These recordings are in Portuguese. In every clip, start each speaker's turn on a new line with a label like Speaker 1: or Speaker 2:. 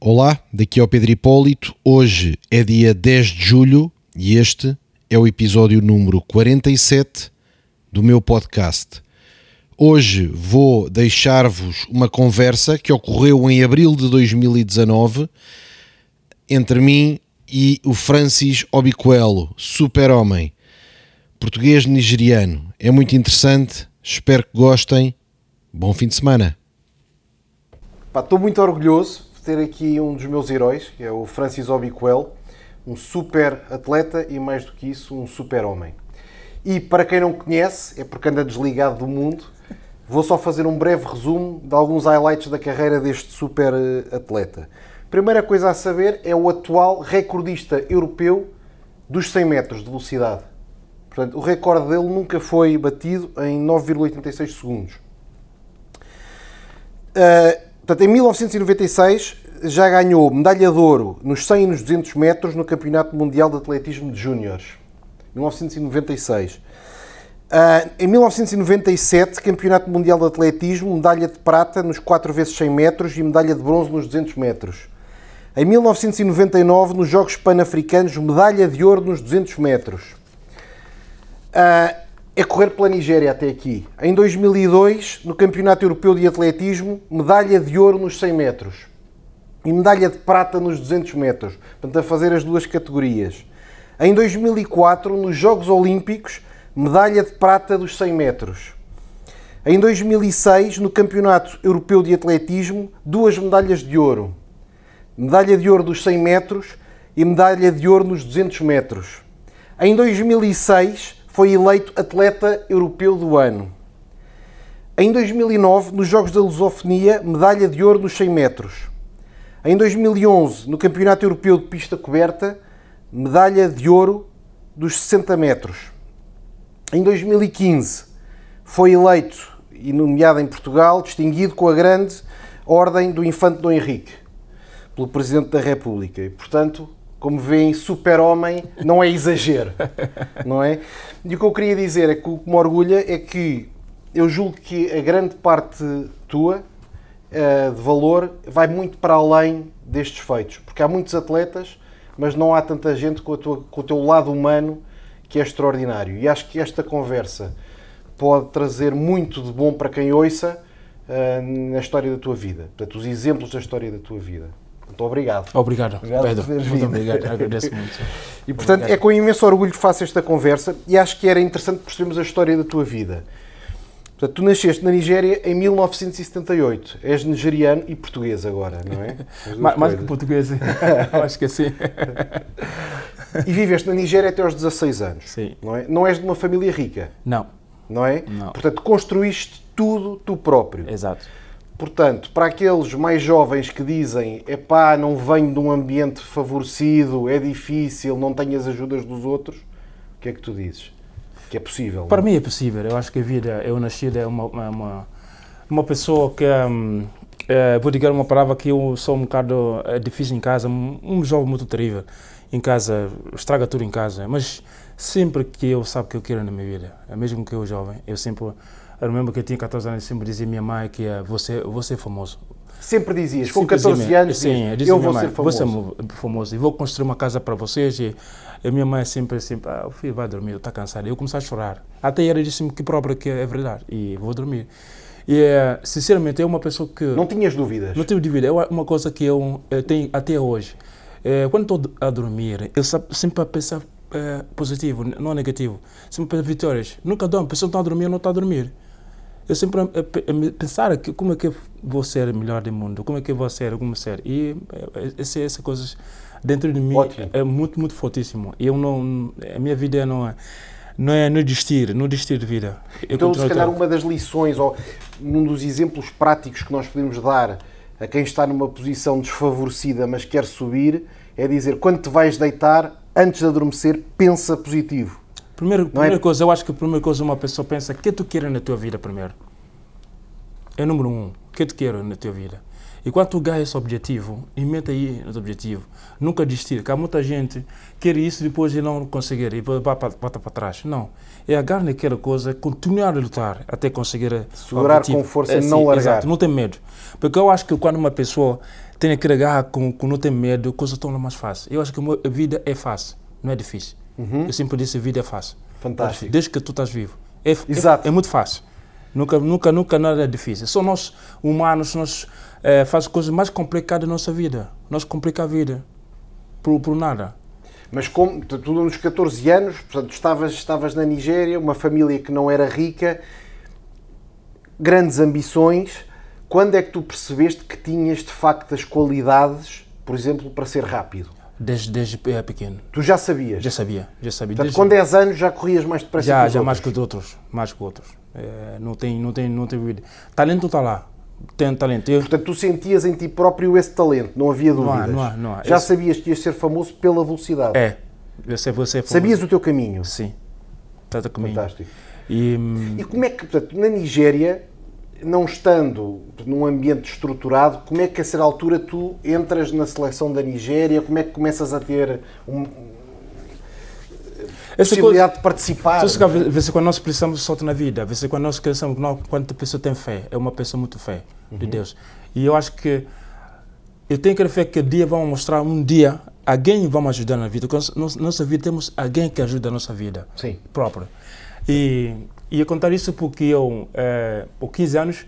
Speaker 1: Olá, daqui é o Pedro Hipólito. Hoje é dia 10 de julho e este é o episódio número 47 do meu podcast. Hoje vou deixar-vos uma conversa que ocorreu em abril de 2019 entre mim e o Francis Obiquelo, super-homem, português-nigeriano. É muito interessante, espero que gostem. Bom fim de semana.
Speaker 2: Estou muito orgulhoso de ter aqui um dos meus heróis, que é o Francis Obiquel, um super atleta e, mais do que isso, um super homem. E para quem não conhece, é porque anda desligado do mundo, vou só fazer um breve resumo de alguns highlights da carreira deste super eh, atleta. Primeira coisa a saber é o atual recordista europeu dos 100 metros de velocidade. Portanto, o recorde dele nunca foi batido em 9,86 segundos. Uh, portanto, em 1996 já ganhou medalha de ouro nos 100 e nos 200 metros no Campeonato Mundial de Atletismo de Júniores. 1996. Uh, em 1997, Campeonato Mundial de Atletismo, medalha de prata nos 4 vezes 100 metros e medalha de bronze nos 200 metros. Em 1999, nos Jogos Pan-Africanos, medalha de ouro nos 200 metros. Ah, é correr pela Nigéria até aqui. Em 2002, no Campeonato Europeu de Atletismo, medalha de ouro nos 100 metros e medalha de prata nos 200 metros, portanto, a fazer as duas categorias. Em 2004, nos Jogos Olímpicos, medalha de prata dos 100 metros. Em 2006, no Campeonato Europeu de Atletismo, duas medalhas de ouro. Medalha de ouro dos 100 metros e medalha de ouro nos 200 metros. Em 2006, foi eleito atleta europeu do ano. Em 2009, nos Jogos da Lusofonia, medalha de ouro nos 100 metros. Em 2011, no Campeonato Europeu de Pista Coberta, medalha de ouro dos 60 metros. Em 2015, foi eleito e nomeado em Portugal, distinguido com a grande Ordem do Infante Dom Henrique, pelo Presidente da República. E, portanto, como veem, super-homem não é exagero, não é? E o que eu queria dizer é que o que me orgulha é que eu julgo que a grande parte tua, eh, de valor vai muito para além destes feitos, porque há muitos atletas, mas não há tanta gente com, a tua- com o teu lado humano que é extraordinário. E acho que esta conversa pode trazer muito de bom para quem ouça eh, na história da tua vida, portanto, os exemplos da história da tua vida. Muito obrigado.
Speaker 3: Obrigado,
Speaker 2: Obrigado
Speaker 3: Pedro.
Speaker 2: por teres
Speaker 3: Muito
Speaker 2: vindo.
Speaker 3: obrigado, agradeço muito.
Speaker 2: E portanto é com imenso orgulho que faço esta conversa e acho que era interessante percebermos a história da tua vida. Portanto, tu nasceste na Nigéria em 1978, és nigeriano e português agora, não é? As duas
Speaker 3: Ma- Mais
Speaker 2: coisas.
Speaker 3: que português, eu acho que é sim.
Speaker 2: E viveste na Nigéria até aos 16 anos.
Speaker 3: Sim.
Speaker 2: Não, é? não és de uma família rica,
Speaker 3: Não,
Speaker 2: não é?
Speaker 3: Não.
Speaker 2: Portanto, construíste tudo tu próprio.
Speaker 3: exato.
Speaker 2: Portanto, para aqueles mais jovens que dizem epá, não venho de um ambiente favorecido, é difícil, não tenho as ajudas dos outros, o que é que tu dizes? Que é possível.
Speaker 3: Para
Speaker 2: não é?
Speaker 3: mim é possível, eu acho que a vida, eu nasci de uma, uma- é uma, uma pessoa que, hum, eh, vou dizer uma palavra que eu sou um bocado eh, difícil em casa, um um jovem muito terrível em casa, estraga tudo em casa, mas sempre que eu sabe que eu quero na minha vida, eh, mesmo que eu jovem, eu sempre, eu lembro que eu tinha 14 anos, sempre dizia à minha mãe que eh, você, você é famoso,
Speaker 2: Sempre dizias, com
Speaker 3: Sim,
Speaker 2: 14
Speaker 3: dizia-me,
Speaker 2: anos,
Speaker 3: sim,
Speaker 2: dizias,
Speaker 3: dizia
Speaker 2: eu
Speaker 3: minha
Speaker 2: vou
Speaker 3: mãe,
Speaker 2: ser famoso.
Speaker 3: Vou ser mo- famoso e vou construir uma casa para vocês. E a minha mãe sempre, sempre, ah, o filho vai dormir, está cansado. Eu comecei a chorar. Até ela disse-me que própria que é verdade e vou dormir. E eh, sinceramente, é uma pessoa que.
Speaker 2: Não tinhas dúvidas.
Speaker 3: Não tenho dúvida, é uma coisa que eu, eh, tenho até hoje. Eh, quando estou a dormir, eu sa- sempre a pensar eh, positivo, n- não negativo. Sempre para vitórias. Nunca dou, a pessoa está a dormir ou não está a dormir. Eu sempre a, a pe- a me- pensar que, como é que eu vou ser o melhor do mundo, como é que eu vou ser, como ser. E eh, esse, essas coisas dentro de mim
Speaker 2: Ótimo.
Speaker 3: é muito, muito fortíssimo. Eu não, a minha vida não é, não é não desistir, não desistir de vida. Eu
Speaker 2: Então, se
Speaker 3: continuo a
Speaker 2: calhar,
Speaker 3: ter-
Speaker 2: uma das lições ou um dos exemplos práticos que nós podemos dar a quem está numa posição desfavorecida, mas quer subir, é dizer: quando te vais deitar, antes de adormecer, pensa positivo.
Speaker 3: Primeiro,
Speaker 2: é
Speaker 3: primeira coisa, eu acho que a primeira coisa uma pessoa pensa, o que tu queres na tua vida primeiro? É número um, o que tu queres na tua vida? E quando tu ganhas esse objetivo, e mete aí no teu objetivo, nunca desistir, porque há muita gente quer isso depois e não conseguir, e volta para trás. Não, é agarrar naquela coisa, continuar a lutar até conseguir o
Speaker 2: Segurar
Speaker 3: objetivo. É,
Speaker 2: com força e não largar.
Speaker 3: exato, não tem medo. Porque eu acho que quando uma pessoa tem aquela garra com, com não tem medo, coisa torna mais fácil. Eu acho que a minha vida é fácil, não é difícil.
Speaker 2: Uhum.
Speaker 3: Eu sempre disse, a vida é fácil.
Speaker 2: Fantástico.
Speaker 3: Desde que tu estás vivo. É, é-
Speaker 2: Exato.
Speaker 3: é muito fácil. Nunca, nunca, nunca nada é difícil. Só nós, humanos, nós eh, fazemos coisas mais complicadas da nossa vida. Nós complicamos a vida. Por, por nada.
Speaker 2: Mas como tu, tu nos 14 anos, portanto, estavas, estavas na Nigéria, uma família que não era rica, grandes ambições. Quando é que tu percebeste que tinhas de facto as qualidades, por exemplo, para ser rápido?
Speaker 3: Desde, desde eh, pequeno.
Speaker 2: Tu já sabias.
Speaker 3: Já sabia, já sabia.
Speaker 2: portanto, é assim,
Speaker 3: Desde-
Speaker 2: com 10 anos já corrias mais depressa
Speaker 3: já,
Speaker 2: que os
Speaker 3: já
Speaker 2: outros.
Speaker 3: mais que os outros, mais que outros. Eh, não tem, não tem, não tem dúvida. Talento está lá, tem talento. Eu,
Speaker 2: Portanto, tu sentias em ti próprio esse talento, não havia
Speaker 3: há,
Speaker 2: dúvidas.
Speaker 3: não há, não há.
Speaker 2: Já
Speaker 3: Esse-
Speaker 2: sabias que ias ser famoso pela velocidade.
Speaker 3: é, você, você é
Speaker 2: Sabias o teu caminho.
Speaker 3: Sim, trata comigo.
Speaker 2: Fantástico.
Speaker 3: E, hum,
Speaker 2: E como é que, portanto, na Nigéria, não estando num ambiente estruturado, como é que a certa altura tu entras na seleção da Nigéria? Como é que começas a ter um-
Speaker 3: essa coisa,
Speaker 2: possibilidade de participar?
Speaker 3: tu Então, se calhar, de vez em quando nós precisamos de sorte na vida, de vez em quando nós queremos, não, quando a pessoa tem fé, é uma pessoa muito fé de Deus. E eu acho que eu tenho aquela fé que um dia vão mostrar, um dia alguém vai me ajudar na vida. Porque nós- nossa vida temos alguém que ajuda a nossa vida.
Speaker 2: Sim.
Speaker 3: próprio. E ia contar isso porque eu, eh, por 15 anos,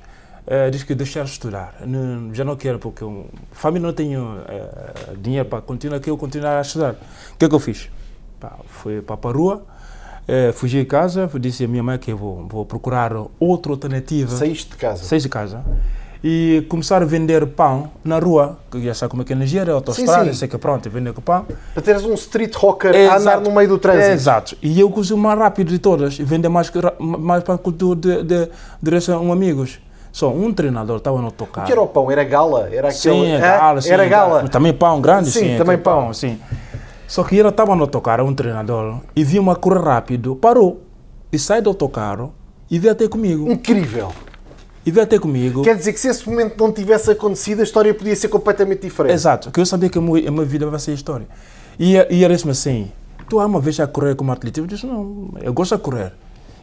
Speaker 3: eh, disse que deixar de estudar. Não- já não quero, porque eu, família não tenho eh, dinheiro para continuar, que eu continuar a estudar. O que é que eu fiz? Pá, fui para a rua, eh, fugi de casa, disse à minha mãe que eu vou, vou procurar outra alternativa.
Speaker 2: Saíste de casa.
Speaker 3: Saí de casa. E começaram a vender pão na rua, que já sabe como é que é na Nigéria,
Speaker 2: Sim,
Speaker 3: autostrada,
Speaker 2: sim.
Speaker 3: sei que é pronto, vender pão.
Speaker 2: Para teres um street rocker
Speaker 3: É,
Speaker 2: a andar
Speaker 3: exato.
Speaker 2: no meio do
Speaker 3: É,
Speaker 2: trânsito.
Speaker 3: exato. E eu cozinho o mais rápido de todas. E vende mais, que ra- mais para que tu de, de, direção a um amigos. Só um treinador estava no
Speaker 2: O
Speaker 3: tocar.
Speaker 2: que era o pão? Era gala? Era aquele...
Speaker 3: Sim, é
Speaker 2: Ah,
Speaker 3: gala, sim,
Speaker 2: Era gala.
Speaker 3: Mas Também pão grande,
Speaker 2: Sim,
Speaker 3: sim.
Speaker 2: também
Speaker 3: aquele
Speaker 2: pão.
Speaker 3: sim. Só que ele estava no autocarro, um treinador, e viu uma cura rápido, parou e sai do autocarro e veio até comigo.
Speaker 2: Incrível.
Speaker 3: E veio até comigo.
Speaker 2: Quer dizer que se esse momento não tivesse acontecido, a história podia ser completamente diferente.
Speaker 3: Exato, que eu sabia que a minha, a minha vida vai ser história. E, e ele disse-me assim: Tu há uma vez a correr como atleta? Eu disse: Não, eu gosto de correr.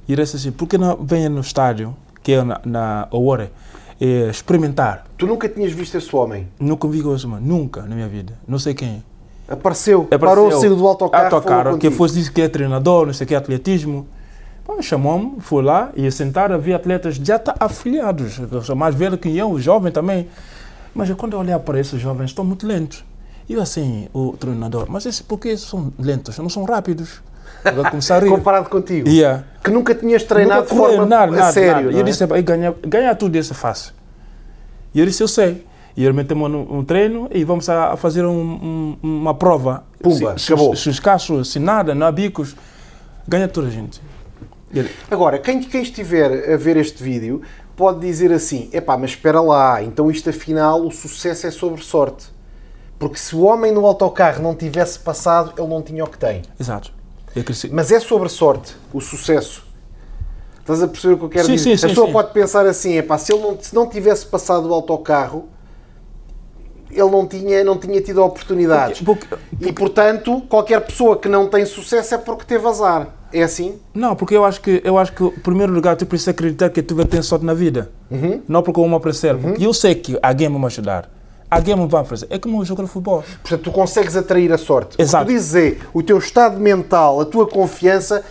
Speaker 3: E ele disse assim: Por que não venha no estádio, que é na, na Oure, eh, experimentar?
Speaker 2: Tu nunca tinhas visto esse homem.
Speaker 3: Nunca vi esse mano, nunca na minha vida, não sei quem.
Speaker 2: Apareceu,
Speaker 3: Apareceu Ah,
Speaker 2: parou, saiu do autocarro, falou
Speaker 3: que
Speaker 2: contigo.
Speaker 3: fosse disse que é treinador, não sei o que, atletismo. Bom, Chamou-me, fui lá e sentaram, vi atletas já tá afiliados, eu sou mais velho que eu, jovem também. Mas eu, quando eu olhar para esses jovens, estão muito lentos. E eu assim, o treinador, mas esse, por que são lentos? Não são rápidos. Eu vou começar a rir.
Speaker 2: Comparado contigo.
Speaker 3: Yeah.
Speaker 2: Que nunca tinhas treinado
Speaker 3: Nunca
Speaker 2: de
Speaker 3: corri,
Speaker 2: forma
Speaker 3: nada,
Speaker 2: a
Speaker 3: nada,
Speaker 2: sério.
Speaker 3: nada.
Speaker 2: não
Speaker 3: né? E eu
Speaker 2: é?
Speaker 3: disse, "Epá, ganhar, ganhar tudo isso é fácil. E eu disse, eu sei. E ele meteu-me num um treino e vamos a, a fazer um- um- uma prova.
Speaker 2: Pumba,
Speaker 3: se,
Speaker 2: acabou.
Speaker 3: Se, se os cachos, se nada, não há bicos, ganha toda a gente. E ele,
Speaker 2: Agora, quem, quem estiver a ver este vídeo pode dizer assim: epá, mas espera lá, então isto afinal o sucesso é sobre sorte. Porque se o homem no autocarro não tivesse passado, ele não tinha o que tem.
Speaker 3: Exato. Eu cresci.
Speaker 2: Mas é sobre sorte o sucesso. Estás a perceber o que eu quero
Speaker 3: Sim,
Speaker 2: dizer?
Speaker 3: sim, sim,
Speaker 2: a pessoa
Speaker 3: sim.
Speaker 2: pode pensar assim: epá, se ele não, se não tivesse passado o autocarro, ele não tinha, não tinha tido oportunidades.
Speaker 3: Porque- porque-
Speaker 2: E portanto, qualquer pessoa que não tem sucesso é porque teve azar. É assim?
Speaker 3: Não, porque eu acho que, eu acho que, em primeiro lugar, tu precisa acreditar que tu vai ter sorte na vida.
Speaker 2: Uhum.
Speaker 3: Não porque uma aparecer. Porque eu sei que alguém vai me ajudar. Alguém me vai fazer. É como um jogo de futebol.
Speaker 2: Portanto, tu consegues atrair a sorte.
Speaker 3: Exato.
Speaker 2: O que tu dizes é, o teu estado mental, a tua confiança,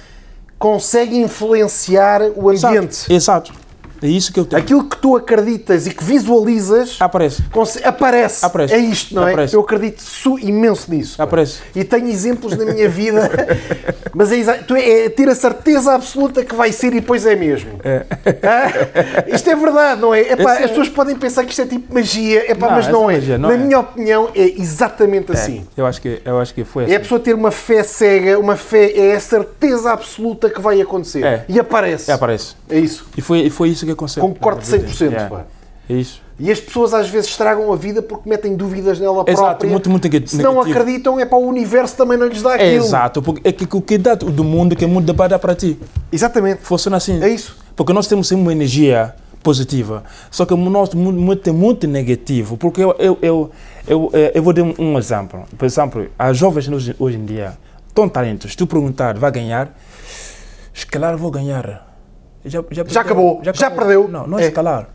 Speaker 2: consegue influenciar o ambiente.
Speaker 3: Exato. Exato. É isso que eu tenho.
Speaker 2: Aquilo que tu acreditas e que visualizas
Speaker 3: Aparece.
Speaker 2: conse- aparece.
Speaker 3: Aparece.
Speaker 2: É isto, não
Speaker 3: Aparece.
Speaker 2: é? Eu acredito su- imenso nisso. pá.
Speaker 3: Aparece.
Speaker 2: E tenho exemplos na minha vida. Mas é, exa- tu é, é ter a certeza absoluta que vai ser e depois é mesmo. Ah, isto é verdade, não é? Epá,
Speaker 3: Esse é-
Speaker 2: As pessoas podem pensar que isto é tipo magia, Epá,
Speaker 3: Não,
Speaker 2: mas
Speaker 3: essa
Speaker 2: não é.
Speaker 3: magia não
Speaker 2: na
Speaker 3: é.
Speaker 2: minha opinião, é exatamente assim.
Speaker 3: Eu acho que, eu acho que foi assim.
Speaker 2: É a pessoa ter uma fé cega, uma fé é a certeza absoluta que vai acontecer.
Speaker 3: É.
Speaker 2: E aparece.
Speaker 3: É, aparece.
Speaker 2: É isso.
Speaker 3: E foi, e foi isso que aconteceu.
Speaker 2: Concordo 100%,
Speaker 3: É.
Speaker 2: pá.
Speaker 3: É isso.
Speaker 2: E as pessoas às vezes estragam a vida porque metem dúvidas nela
Speaker 3: Exato,
Speaker 2: própria.
Speaker 3: muito, muito nega-
Speaker 2: Se não
Speaker 3: negativo.
Speaker 2: acreditam, é para o universo também não lhes dá
Speaker 3: É
Speaker 2: aquilo.
Speaker 3: exato, porque é que que o que dá do mundo que o mundo vai dar para ti.
Speaker 2: Exatamente.
Speaker 3: Funciona assim.
Speaker 2: É isso.
Speaker 3: Porque nós temos sempre uma energia positiva, só que o nosso mundo muito, é muito negativo. Porque eu, eu, eu, eu, eh, eu vou dar um- um exemplo. Por exemplo, as jovens hoje, hoje em dia, tão talentos, tu perguntar, vai ganhar? Escalar, vou ganhar. Já, perdeu,
Speaker 2: acabou, já perdeu.
Speaker 3: Não, não é
Speaker 2: É.
Speaker 3: escalar.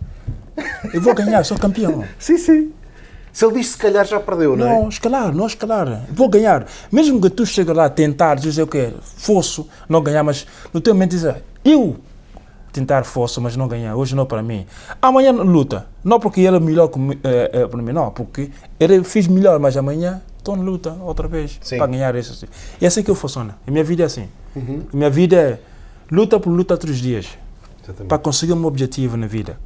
Speaker 3: Eu vou ganhar, sou campeão.
Speaker 2: Sim, sim. Se ele diz se calhar já perdeu, não, é?
Speaker 3: Não, escalar, não escalar. Vou ganhar. Mesmo que tu chegue lá a tentar dizer o que fosse, não ganhar, mas no teu mente dizer, eu tentar fosse, mas não ganhar, hoje não é para mim. Amanhã luta. Não porque ele é melhor que, eh, eh, para mim, não, porque ele fez melhor, mas amanhã estou na luta outra vez
Speaker 2: Sim.
Speaker 3: para ganhar isso. assim. E é assim que eu funciona. A minha vida é assim.
Speaker 2: Uhum.
Speaker 3: A minha vida é luta por luta todos os dias
Speaker 2: Exatamente.
Speaker 3: para conseguir um objetivo na vida.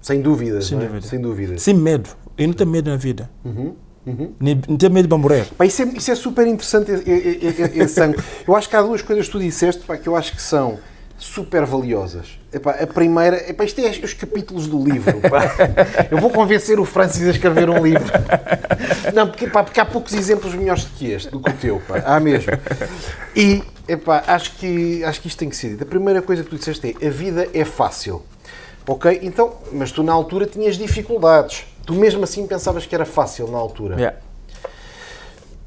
Speaker 2: Sem dúvidas,
Speaker 3: Sem
Speaker 2: não é?
Speaker 3: dúvida.
Speaker 2: Sem dúvidas.
Speaker 3: Sem medo. Eu não tenho medo na vida.
Speaker 2: Uhum, uhum.
Speaker 3: Nem- Não tenho medo para morrer.
Speaker 2: Pá, isso, é, isso é super interessante e- e- e- e- esse ângulo. Eu acho que há duas coisas que tu disseste pá, que eu acho que são super valiosas. Epá, a primeira, epá, isto é os capítulos do livro. pá. Eu vou convencer o Francis a escrever um livro. Não, porque, pá, porque há poucos exemplos melhores do que este, do que o teu. Pá. Há mesmo. E epá, acho, que, acho que isto tem que ser dito. A primeira coisa que tu disseste é a vida é fácil. Ok? Então, mas tu na altura tinhas dificuldades. Tu mesmo assim pensavas que era fácil na altura.
Speaker 3: Yeah.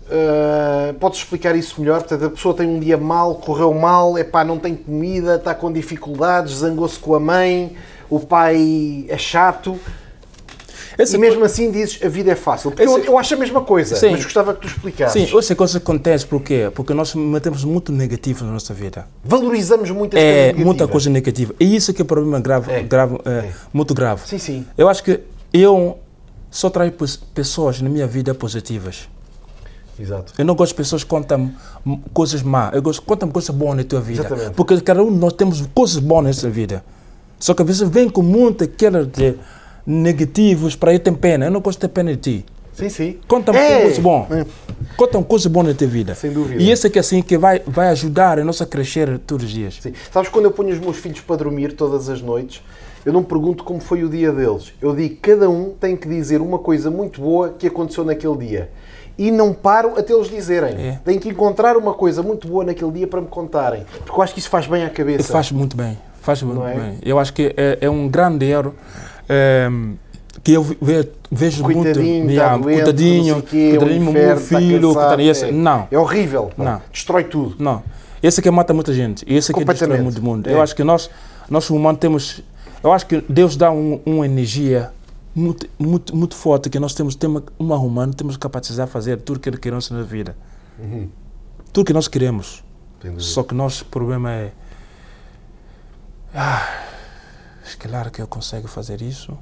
Speaker 2: Uh, podes explicar isso melhor? Portanto, a pessoa tem um dia mal, correu mal, epá, não tem comida, está com dificuldades, zangou-se com a mãe, o pai é chato.
Speaker 3: Essa
Speaker 2: e mesmo assim dizes a vida é fácil. Porque
Speaker 3: Esse-
Speaker 2: eu, eu acho a mesma coisa,
Speaker 3: Sim.
Speaker 2: mas gostava que tu explicasses.
Speaker 3: Sim, essa coisa acontece porquê? Porque nós metemos muito negativo na nossa vida.
Speaker 2: Valorizamos muitas
Speaker 3: é
Speaker 2: coisas negativas.
Speaker 3: muita coisa negativa. E isso que é um problema grave, grave é, muito grave.
Speaker 2: Sim, sim.
Speaker 3: Eu acho que eu só trago pes- pessoas na minha vida positivas.
Speaker 2: Exato.
Speaker 3: Eu não gosto de pessoas que contam m- coisas más. Eu gosto contam coisas boas na tua vida.
Speaker 2: Exatamente.
Speaker 3: Porque cada um de nós temos coisas boas nessa vida. Só que a pessoa vem com muita aquela de negativos para eu ter pena. Eu não gosto de ter pena de ti.
Speaker 2: Sim, sim.
Speaker 3: Conta-me
Speaker 2: É.
Speaker 3: coisa um bom. Conta-me coisa boa na tua vida.
Speaker 2: Sem dúvida.
Speaker 3: E esse é que é assim que vai, vai ajudar a nossa crescer todos os dias.
Speaker 2: Sim. Sabes quando eu ponho os meus filhos para dormir todas as noites, eu não pergunto como foi o dia deles. Eu digo que cada um tem que dizer uma coisa muito boa que aconteceu naquele dia. E não paro até eles dizerem.
Speaker 3: É.
Speaker 2: Tenho que encontrar uma coisa muito boa naquele dia para me contarem. Porque eu acho que isso faz bem à cabeça.
Speaker 3: Faz muito bem. Faz muito
Speaker 2: é?
Speaker 3: bem. Eu acho que é, é um grande erro ehm, que eu ve- ve- vejo
Speaker 2: Coitadinho,
Speaker 3: muito.
Speaker 2: está
Speaker 3: Yeah,
Speaker 2: tá doente,
Speaker 3: coitadinho,
Speaker 2: não sei o quê,
Speaker 3: coitadinho,
Speaker 2: o
Speaker 3: meu
Speaker 2: inferno, está
Speaker 3: filho,
Speaker 2: cansado.
Speaker 3: coitadinho, esse-
Speaker 2: É.
Speaker 3: Não,
Speaker 2: É horrível. pá.
Speaker 3: Não.
Speaker 2: Destrói tudo.
Speaker 3: não. Esse é que mata muita gente. E esse é que destrói
Speaker 2: Completamente.
Speaker 3: muito mundo.
Speaker 2: É.
Speaker 3: Eu acho que nós, nós humanos temos. Eu acho que Deus dá um- uma energia muito, muito, muito forte que nós temos, temos uma humana, temos capacidade de fazer tudo o que queremos na vida.
Speaker 2: Uhum.
Speaker 3: Tudo o que nós queremos. Só que nosso problema é. Ah, se calhar que eu consigo fazer isso.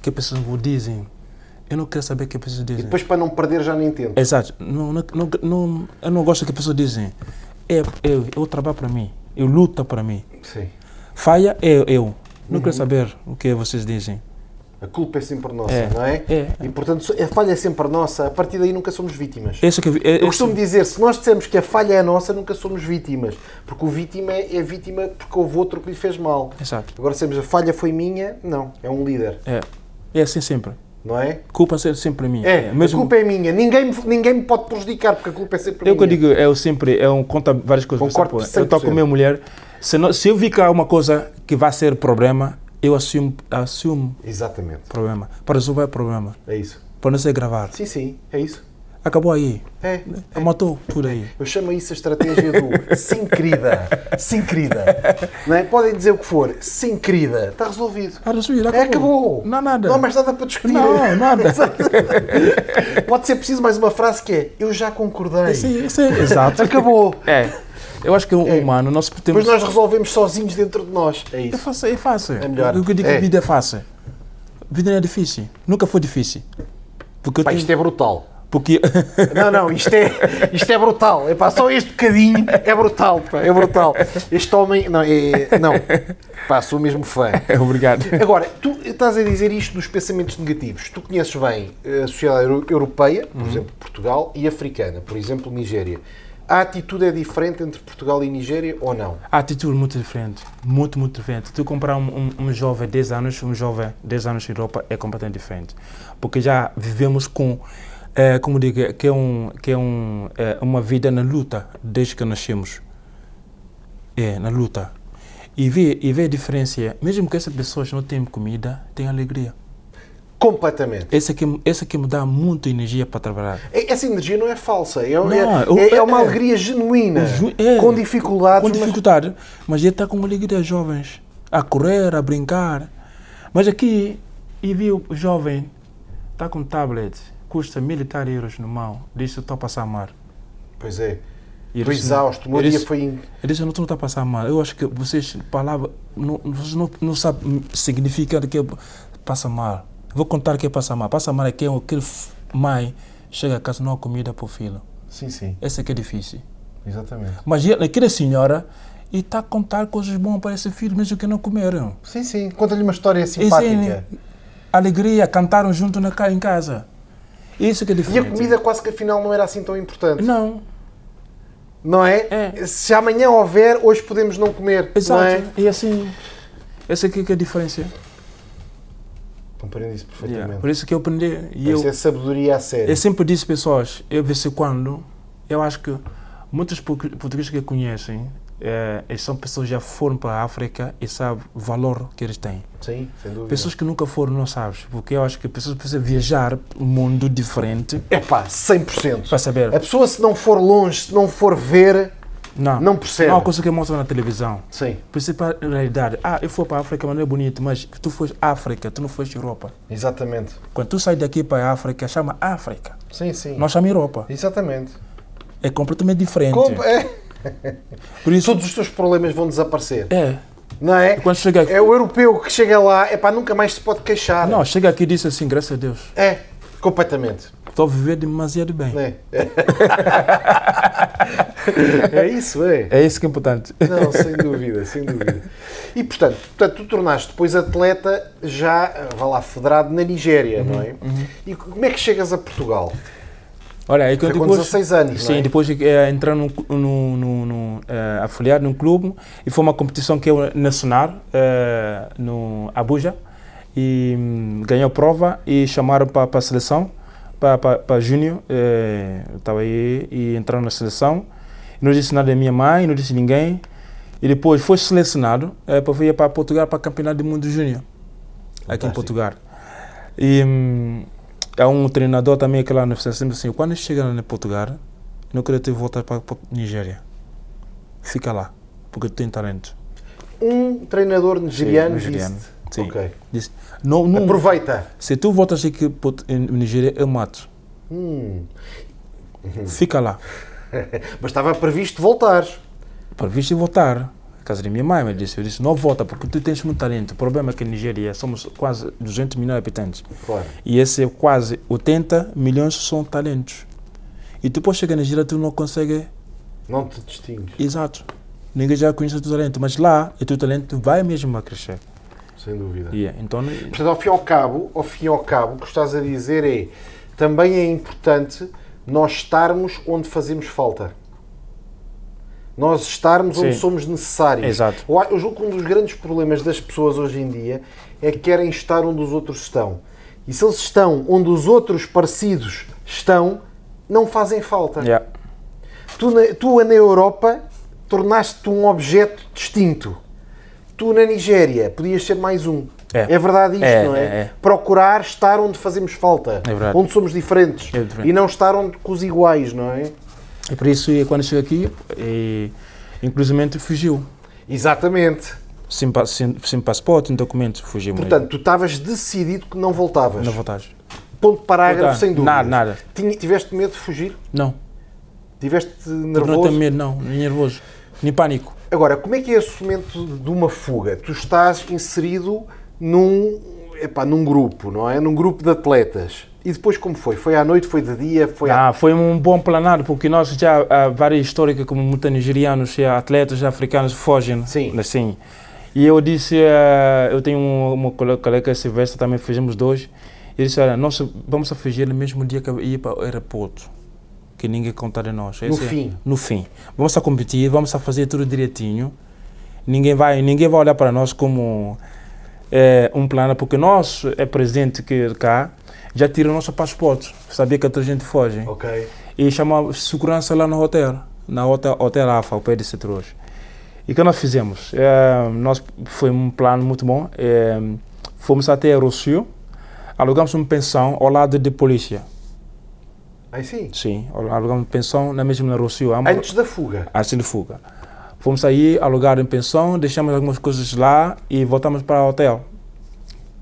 Speaker 3: Que as pessoas me dizem. Eu não quero saber o que as pessoas
Speaker 2: E
Speaker 3: dizem.
Speaker 2: depois para não perder já nem entendo.
Speaker 3: Exato. Não, não, não, não- eu não gosto que as pessoas dizem. É, eu, eu trabalho para mim. Eu luto para mim.
Speaker 2: Sim.
Speaker 3: Falha é eu. Não
Speaker 2: Uhum.
Speaker 3: quero saber o que vocês dizem.
Speaker 2: A culpa é sempre nossa,
Speaker 3: É.
Speaker 2: não é?
Speaker 3: É.
Speaker 2: E portanto a falha é sempre nossa. A partir daí nunca somos vítimas.
Speaker 3: Esse que, é,
Speaker 2: Eu costumo dizer, se nós dissermos que a falha é nossa, nunca somos vítimas. Porque o vítima é vítima porque houve outro que lhe fez mal.
Speaker 3: Exato.
Speaker 2: Agora, se dizemos a falha foi minha, não. É um líder,
Speaker 3: É, é assim sempre.
Speaker 2: não é?
Speaker 3: Culpa é sempre minha.
Speaker 2: É, a culpa é minha. Ninguém me, ninguém me pode prejudicar porque a culpa é sempre
Speaker 3: Eu que
Speaker 2: minha.
Speaker 3: eu digo, eu sempre, eu conto várias coisas.
Speaker 2: Concordo
Speaker 3: Por exemplo, eu estou com
Speaker 2: 100%.
Speaker 3: a minha mulher, se, não- se eu vi que há uma coisa que vai ser problema, eu assumo, assumo
Speaker 2: Exatamente.
Speaker 3: problema, para resolver o problema,
Speaker 2: É isso.
Speaker 3: para não ser gravar.
Speaker 2: Sim, sim. É isso.
Speaker 3: Acabou aí,
Speaker 2: É.
Speaker 3: matou tudo aí.
Speaker 2: Eu chamo isso a estratégia do sim, querida. Sim, querida. Não é? Podem dizer o que for. Sim, querida. Está resolvido.
Speaker 3: Ah, resolvido,
Speaker 2: É, acabou.
Speaker 3: Não há nada.
Speaker 2: Não há mais nada para discutir.
Speaker 3: Não, nada.
Speaker 2: Pode ser preciso mais uma frase que é Eu já concordei.
Speaker 3: Sim, sim, exato.
Speaker 2: Acabou.
Speaker 3: É, eu acho que o humano, nós temos...
Speaker 2: Depois É. nós resolvemos sozinhos dentro de nós. É
Speaker 3: É
Speaker 2: isso.
Speaker 3: fácil, é fácil.
Speaker 2: É melhor.
Speaker 3: Eu digo
Speaker 2: É.
Speaker 3: que vida é fácil. Vida não é difícil, nunca foi difícil. Porque eu
Speaker 2: Pá,
Speaker 3: tenho-
Speaker 2: isto é brutal.
Speaker 3: Porque...
Speaker 2: Não, não, isto é, isto é brutal. Epá, só este bocadinho é brutal. pá, é brutal. Este homem. Não, é, não. Pá, sou mesmo fã.
Speaker 3: É, Obrigado.
Speaker 2: Agora, tu estás a dizer isto dos pensamentos negativos. Tu conheces bem a sociedade euro- europeia,
Speaker 3: Uhum.
Speaker 2: por exemplo, Portugal, e africana, por exemplo, Nigéria. A atitude é diferente entre Portugal e Nigéria ou não?
Speaker 3: A atitude muito diferente, muito, muito diferente. Tu comprar um, um, um jovem de 10 anos, um jovem de 10 anos na Europa é completamente diferente. Porque já vivemos com, eh, como digo, que é, um, que é um, eh, uma vida na luta desde que nascemos. É, na luta. E vê, e vê a diferença, mesmo que essas pessoas não tenham comida, têm alegria.
Speaker 2: Completamente.
Speaker 3: Essa que, essa que me dá muita energia para trabalhar.
Speaker 2: É- Essa energia não é falsa, é, é-
Speaker 3: Não,
Speaker 2: é- é
Speaker 3: o-
Speaker 2: uma
Speaker 3: é-
Speaker 2: alegria genuína,
Speaker 3: Ju- é.
Speaker 2: com dificuldades,
Speaker 3: Com
Speaker 2: mas-
Speaker 3: dificuldade, mas ele está com uma alegria jovens, a correr, a brincar. Mas aqui, e vi o jovem Está com um tablet, custa militar euros no mão, diz-te estou a passar mal.
Speaker 2: Pois é.
Speaker 3: E eu
Speaker 2: Estou
Speaker 3: disse,
Speaker 2: exausto. O meu
Speaker 3: eu
Speaker 2: dia
Speaker 3: disse-
Speaker 2: foi. em-
Speaker 3: Eu disse, não, tu não está a passar mal. Eu acho que vocês, palavra, não, vocês não, não sabem o significado que é passa mal. Vou contar o que é passa mal. Passa mal é que é aquele f- mãe chega a casa não há comida para o filho.
Speaker 2: Sim, sim.
Speaker 3: Essa é que é difícil.
Speaker 2: Exatamente.
Speaker 3: Mas ele- aquela senhora e está a contar coisas boas para esse filho, mesmo que não comeram.
Speaker 2: Sim, sim. Conta-lhe uma história
Speaker 3: Esse
Speaker 2: simpática.
Speaker 3: é alegria, cantaram junto na, ca- em casa. Isso que é
Speaker 2: E
Speaker 3: diferente.
Speaker 2: a comida quase que afinal não era assim tão importante.
Speaker 3: Não,
Speaker 2: Não é?
Speaker 3: É.
Speaker 2: Se amanhã houver, hoje podemos não comer.
Speaker 3: exato.
Speaker 2: Não é?
Speaker 3: E assim, essa aqui que é a diferença.
Speaker 2: Compreendo isso
Speaker 3: Yeah,
Speaker 2: perfeitamente.
Speaker 3: Por isso que eu aprendi. E eu,
Speaker 2: Isso é sabedoria a sério.
Speaker 3: eu sempre disse, pessoas, eu de vez em quando, eu acho que muitos portu- portugueses que conhecem, eh, eles são pessoas que já foram para a África e sabem o valor que eles têm.
Speaker 2: Sim, sem dúvida.
Speaker 3: Pessoas que nunca foram, não sabes. Porque eu acho que pessoas precisam viajar um mundo diferente
Speaker 2: É pá, 100%.
Speaker 3: para saber.
Speaker 2: A pessoa, se não for longe, se não for ver.
Speaker 3: Não,
Speaker 2: não percebe.
Speaker 3: Não é uma coisa que mostra na televisão.
Speaker 2: Sim,
Speaker 3: Principal realidade. Ah, eu fui para a África, mas não é bonito. Mas tu foste África, tu não foste Europa.
Speaker 2: exatamente.
Speaker 3: Quando tu sai daqui para a África, chama África.
Speaker 2: Sim, sim.
Speaker 3: Não chama Europa.
Speaker 2: Exatamente.
Speaker 3: É completamente diferente.
Speaker 2: Com- é.
Speaker 3: Por isso,
Speaker 2: Todos os teus problemas vão desaparecer.
Speaker 3: é.
Speaker 2: Não é?
Speaker 3: Quando chega aqui.
Speaker 2: É o europeu que chega lá, é pá, nunca mais se pode queixar.
Speaker 3: Não, chega aqui e diz assim, graças a Deus,
Speaker 2: É, completamente.
Speaker 3: estou a viver demasiado bem.
Speaker 2: Não é? é isso, é.
Speaker 3: É isso que é importante.
Speaker 2: Não, sem dúvida, sem dúvida. E portanto, portanto tu tornaste depois atleta já, ah, vá lá, federado na Nigéria,
Speaker 3: Uhum,
Speaker 2: não é? E como é que chegas a Portugal?
Speaker 3: Olha, aí que eu
Speaker 2: Foi com
Speaker 3: depois,
Speaker 2: 16 anos,
Speaker 3: Sim,
Speaker 2: não é?
Speaker 3: depois eh, entrar no, no, no, no eh, afiliado num clube e foi uma competição que é nacional eh, no Abuja e hum, ganhei a prova e chamaram para a seleção, para Júnior, eh, eu estava aí e entraram na seleção. Não disse nada à minha mãe, não disse ninguém. E depois foi selecionado eh, para ir para Portugal para o Campeonato do Mundo Júnior, aqui em
Speaker 2: Fantástico.
Speaker 3: Portugal. E hum, há um treinador também que lá no FC sempre assim, quando chegar lá em Portugal, não queria ter voltado para para a Nigéria. Fica lá, porque tu tens talento.
Speaker 2: Um treinador nigeriano,
Speaker 3: nigeriano,
Speaker 2: disse
Speaker 3: sim. Um.
Speaker 2: Ok.
Speaker 3: Disse, não,
Speaker 2: É
Speaker 3: não,
Speaker 2: Aproveita.
Speaker 3: se tu voltas aqui para o- em Nigéria, eu mato.
Speaker 2: Hum.
Speaker 3: Fica lá.
Speaker 2: Mas estava previsto voltares.
Speaker 3: Para vir se voltar, a casa de minha mãe me disse, eu disse, não volta, porque tu tens muito talento. O problema é que a Nigéria, somos quase 200 milhões de habitantes.
Speaker 2: Claro.
Speaker 3: E esse é quase 80 milhões são talentos. E depois chega na Nigéria, tu não consegue
Speaker 2: Não te distingues,
Speaker 3: Exato. Ninguém já conhece o teu talento, mas lá o teu talento vai mesmo a crescer.
Speaker 2: sem dúvida.
Speaker 3: Yeah. Então,
Speaker 2: Portanto, ao fim e ao cabo, ao fim e ao cabo, o que estás a dizer é também é importante nós estarmos onde fazemos falta. Nós estarmos onde
Speaker 3: Sim.
Speaker 2: somos necessários.
Speaker 3: Exato.
Speaker 2: Eu a- Eu julgo que um dos grandes problemas das pessoas hoje em dia é que querem estar onde os outros estão. E se eles estão onde os outros parecidos estão, não fazem falta.
Speaker 3: yeah.
Speaker 2: Tu, na, tu na Europa tornaste-te um objeto distinto. Tu na Nigéria podias ser mais um.
Speaker 3: É.
Speaker 2: verdade isto,
Speaker 3: É,
Speaker 2: não é?
Speaker 3: é, é.
Speaker 2: Procurar estar onde fazemos falta,
Speaker 3: É verdade.
Speaker 2: onde somos diferentes
Speaker 3: É diferente.
Speaker 2: e não estar onde com os iguais, não é?
Speaker 3: E por isso, e quando chego aqui, e, inclusive fugiu.
Speaker 2: Exatamente.
Speaker 3: Sem, pa- sem, sem passaporte, sem documento, fugiu
Speaker 2: Portanto, tu estavas decidido que não voltavas.
Speaker 3: mesmo. Na vantagem.
Speaker 2: Ponto de parágrafo,
Speaker 3: Voltar.
Speaker 2: sem dúvida.
Speaker 3: Nada, nada.
Speaker 2: Tinha- tiveste medo de fugir?
Speaker 3: Não,
Speaker 2: Tiveste
Speaker 3: não
Speaker 2: nervoso?
Speaker 3: tenho medo, não, nem nervoso, nem pânico.
Speaker 2: Agora, como é que é esse momento de uma fuga? Tu estás inserido num, epá, num grupo, não é? Num grupo de atletas. E depois como foi? Foi à noite, foi de dia, foi à...
Speaker 3: Ah, foi um bom planado, porque nós já há várias histórias, como muitos nigerianos, e atletas africanos fogem.
Speaker 2: Sim.
Speaker 3: Assim. E eu disse, eh, eu tenho um- uma cole- colega Silvestre, também fizemos dois. Ele disse, olha, nós vamos a fugir no mesmo dia que eu ia para o aeroporto, que ninguém conta de nós. Eu
Speaker 2: No
Speaker 3: disse,
Speaker 2: fim.
Speaker 3: No fim. Vamos a competir, vamos a fazer tudo direitinho. Ninguém vai, ninguém vai olhar para nós como eh, um plano, porque nós, é presidente que cá, já tira o nosso passaporte. Sabia que a gente foge
Speaker 2: Ok.
Speaker 3: e chamava segurança lá no hotel, na hotel, hotel Alfa, ao pé de Cetrus. E o que nós fizemos? Eh, nós foi um plano muito bom. Eh, fomos até a Rossio, alugamos uma pensão ao lado de polícia.
Speaker 2: Aí sim.
Speaker 3: Sim, alugamos uma pensão na mesma na Rossio, ambos,
Speaker 2: Antes da fuga.
Speaker 3: assim de fuga. Fomos aí, alugar uma pensão, deixamos algumas coisas lá e voltamos para o hotel.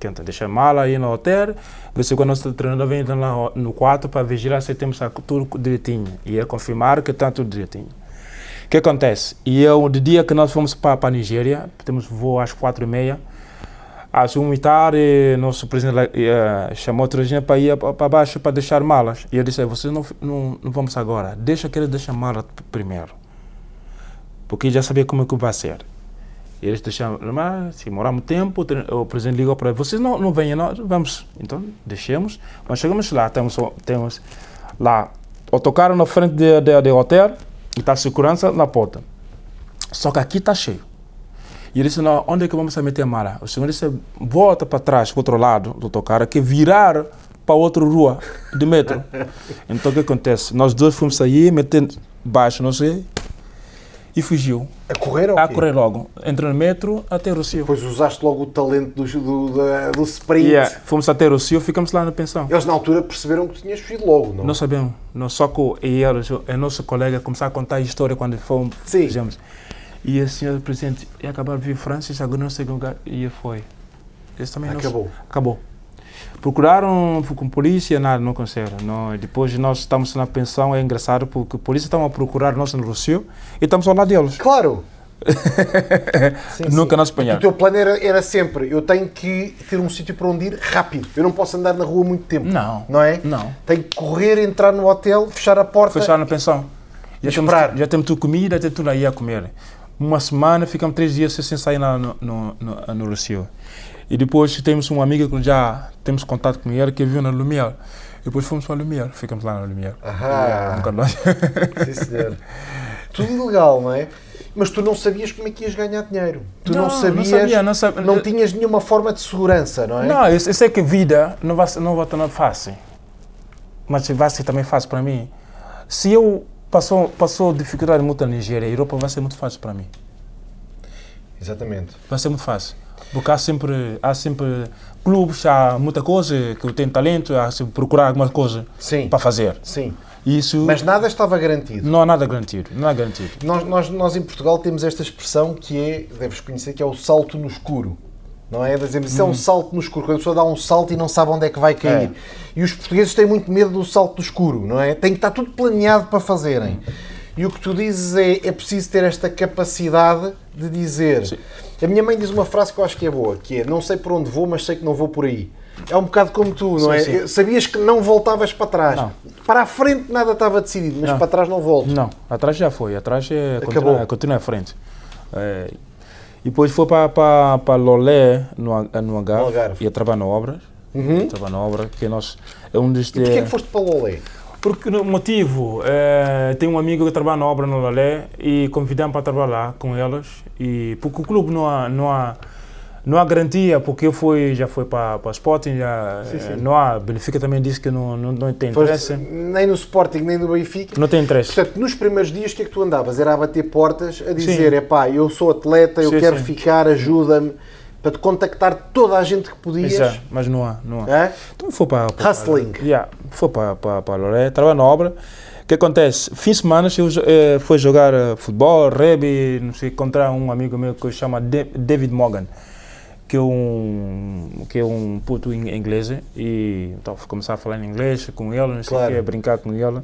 Speaker 3: quente. Deixa a mala aí no hotel, ver se o nosso treinador vem lá no- no quarto para vigiar se temos a- tudo direitinho. E é confirmar que está tudo direitinho. O que acontece? E eu, de dia que nós fomos para, para a Nigéria, temos voo às quatro e meia, às 1 e tarde, nosso presidente lá, eh, chamou outra gente para ir para baixo para deixar malas. E eu disse, vocês não, não, não vamos agora, deixa que eles deixem malas p- primeiro. Porque já sabia como é que vai ser. E eles deixaram, mas se demorar muito tempo, o tre- o presidente ligou para ele, vocês não, não venham, nós vamos. Então, deixemos. Mas chegamos lá, temos, o- temos lá, autocarro na frente do de, de hotel e está segurança na porta. Só que aqui está cheio. E ele disse, não, onde é que vamos meter a mala? O senhor disse, volta para trás, para o outro lado do autocarro, que virar para outra rua de metro. então, o que acontece? Nós dois fomos sair, metendo baixo, não sei, e fugiu.
Speaker 2: A correr ou
Speaker 3: A
Speaker 2: quê?
Speaker 3: correr logo. Entrou no metro até o Rocio.
Speaker 2: Depois usaste logo o talento do, do, da- do sprint.
Speaker 3: Yeah. Fomos até o Rocio, ficamos lá na pensão.
Speaker 2: Eles na altura perceberam que tinhas fugido logo, não?
Speaker 3: Não sabemos. Não, só que o e era o nosso colega começar a contar a história quando fomos.
Speaker 2: Sim.
Speaker 3: fizemos. E a senhora presidente ia acabar de vir Francis, agora não sei que lugar. E foi. Esse também não se-
Speaker 2: Acabou.
Speaker 3: Acabou. Procuraram com polícia, nada, não conseguiram. Não. E Depois nós estamos na pensão, é engraçado, porque a polícia estava a procurar nós no Rocio e estamos ao lado deles.
Speaker 2: Claro! Sim, sim.
Speaker 3: Nunca nós
Speaker 2: O
Speaker 3: apanharam.
Speaker 2: teu plano era, era sempre, eu tenho que ter um sítio para onde ir rápido. Eu não posso andar na rua muito tempo.
Speaker 3: Não.
Speaker 2: Não é?
Speaker 3: Não.
Speaker 2: Tenho que correr, entrar no hotel, fechar a porta.
Speaker 3: fechar na pensão. Já temos,
Speaker 2: Esperar.
Speaker 3: já temos tudo comida, já temos tudo aí a comer. Uma semana, ficamos três dias sem sair lá no, no, no, no Rocio. E depois temos uma amiga que já temos contato com ela, que viu na Lumière. E depois fomos para a Lumière, ficamos lá na Lumière.
Speaker 2: Ahá.
Speaker 3: Nunca nós-
Speaker 2: Sim, senhor. Tudo ilegal, não é? Mas tu não sabias como é que ias ganhar dinheiro. Tu não,
Speaker 3: Não, não
Speaker 2: sabias.
Speaker 3: sabia, não sab-
Speaker 2: não tinhas nenhuma forma de segurança, não é?
Speaker 3: Não, eu, eu sei que vida não vai, ser- não vai tornar fácil. Mas vai ser também fácil para mim. Se eu passou, passou dificuldade muito na Nigéria, a Europa vai ser muito fácil para mim.
Speaker 2: Exatamente.
Speaker 3: Vai ser muito fácil. Porque há sempre, há sempre clubes, há muita coisa que eu tenho talento, há sempre procurar alguma coisa
Speaker 2: Sim.
Speaker 3: para fazer.
Speaker 2: Sim.
Speaker 3: E Isso
Speaker 2: Mas nada estava garantido.
Speaker 3: não há nada garantido. Não há garantido.
Speaker 2: Nós, nós, nós em Portugal temos esta expressão que é, deves conhecer, que é o salto no escuro. Não é? Dizemos,
Speaker 3: Uhum.
Speaker 2: isso é um salto no escuro, quando a pessoa dá um salto e não sabe onde é que vai cair. E os portugueses têm muito medo do salto no escuro, não é? Tem que estar tudo planeado para fazerem. E o que tu dizes é, é preciso ter esta capacidade de dizer. A minha mãe diz uma frase que eu acho que é boa, que é, não sei por onde vou, mas sei que não vou por aí. É um bocado como tu, não é?
Speaker 3: sim.
Speaker 2: Eu- Sabias que não voltavas para trás.
Speaker 3: Não.
Speaker 2: Para a frente nada estava decidido, mas para trás não volto.
Speaker 3: Não, atrás já foi. Atrás é
Speaker 2: Acabou.
Speaker 3: continua, continua à frente. É, e depois foi para, para, para Lolé, no, Al- no Algarve.
Speaker 2: No Algarve. Uhum.
Speaker 3: Ia trabalhar na obra. Ia trabalhar na obra, que nós... É um dos...
Speaker 2: Porquê é que foste para o Lolé?
Speaker 3: Porque o motivo, eh, tem um amigo que trabalha na obra no Lalé e convidamos para trabalhar com elas e porque o clube não há, não há, não há garantia, porque eu fui, já fui para, para Sporting, já, eh, não há, Benfica também disse que não, não, não tem
Speaker 2: Foste
Speaker 3: interesse,
Speaker 2: nem no Sporting, nem no Benfica.
Speaker 3: não tem interesse.
Speaker 2: Portanto, nos primeiros dias, o que é que tu andavas? Era a bater portas, a dizer, é pá, eu sou atleta, eu
Speaker 3: Sim,
Speaker 2: quero
Speaker 3: sim.
Speaker 2: ficar, ajuda-me, para te contactar toda a gente que podias.
Speaker 3: Mas, é, mas não há, não há.
Speaker 2: Hã?
Speaker 3: Então foi para. para
Speaker 2: Hustling.
Speaker 3: Para, yeah, foi para, para, para Loré, trabalho na obra. O que acontece? Fim de semana eu jo- eh, fui jogar eh, futebol, rugby, não sei, contra um amigo meu que se chama Da- David Morgan, que é um, que é um puto in- inglês. E então fui começar a falar em inglês com ele, não sei o
Speaker 2: Claro.
Speaker 3: quê, a brincar com ele.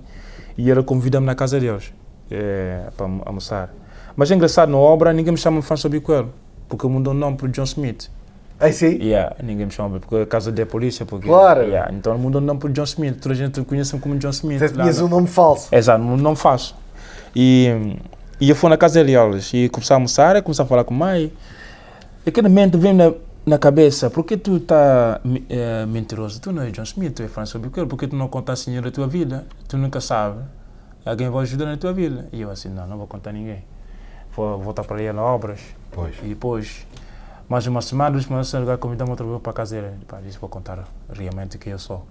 Speaker 3: E ele convida-me na casa deles eh, para almo- almoçar. Mas é engraçado, na obra ninguém me chama François Bicoel, é, porque eu mudou o nome para o um John Smith.
Speaker 2: Aí sim?
Speaker 3: Yeah, ninguém me chama porque é casa da polícia. Porque,
Speaker 2: Claro.
Speaker 3: Yeah, então mudou o nome para John Smith. Toda a gente conhece como John Smith.
Speaker 2: Portanto,
Speaker 3: lá
Speaker 2: Tinhas
Speaker 3: no-
Speaker 2: um nome falso.
Speaker 3: Exato, não- não faço. E, e eu fui na casa dele elas e comecei a almoçar, e comecei a falar com a mãe. E aquele momento vem na, na cabeça: por que tu está eh, mentiroso? Tu não é John Smith, tu é François Bicoel, por que tu não conta a senhora a tua vida? Tu nunca sabes. Alguém vai ajudar na tua vida. E eu assim: não, não vou contar a ninguém. Vou voltar para ali na obras.
Speaker 2: Pois.
Speaker 3: E depois, mais uma semana, duas semanas, sem lugar, convidamos outra vez para a caseira. Pá, disse: vou contar realmente quem eu sou.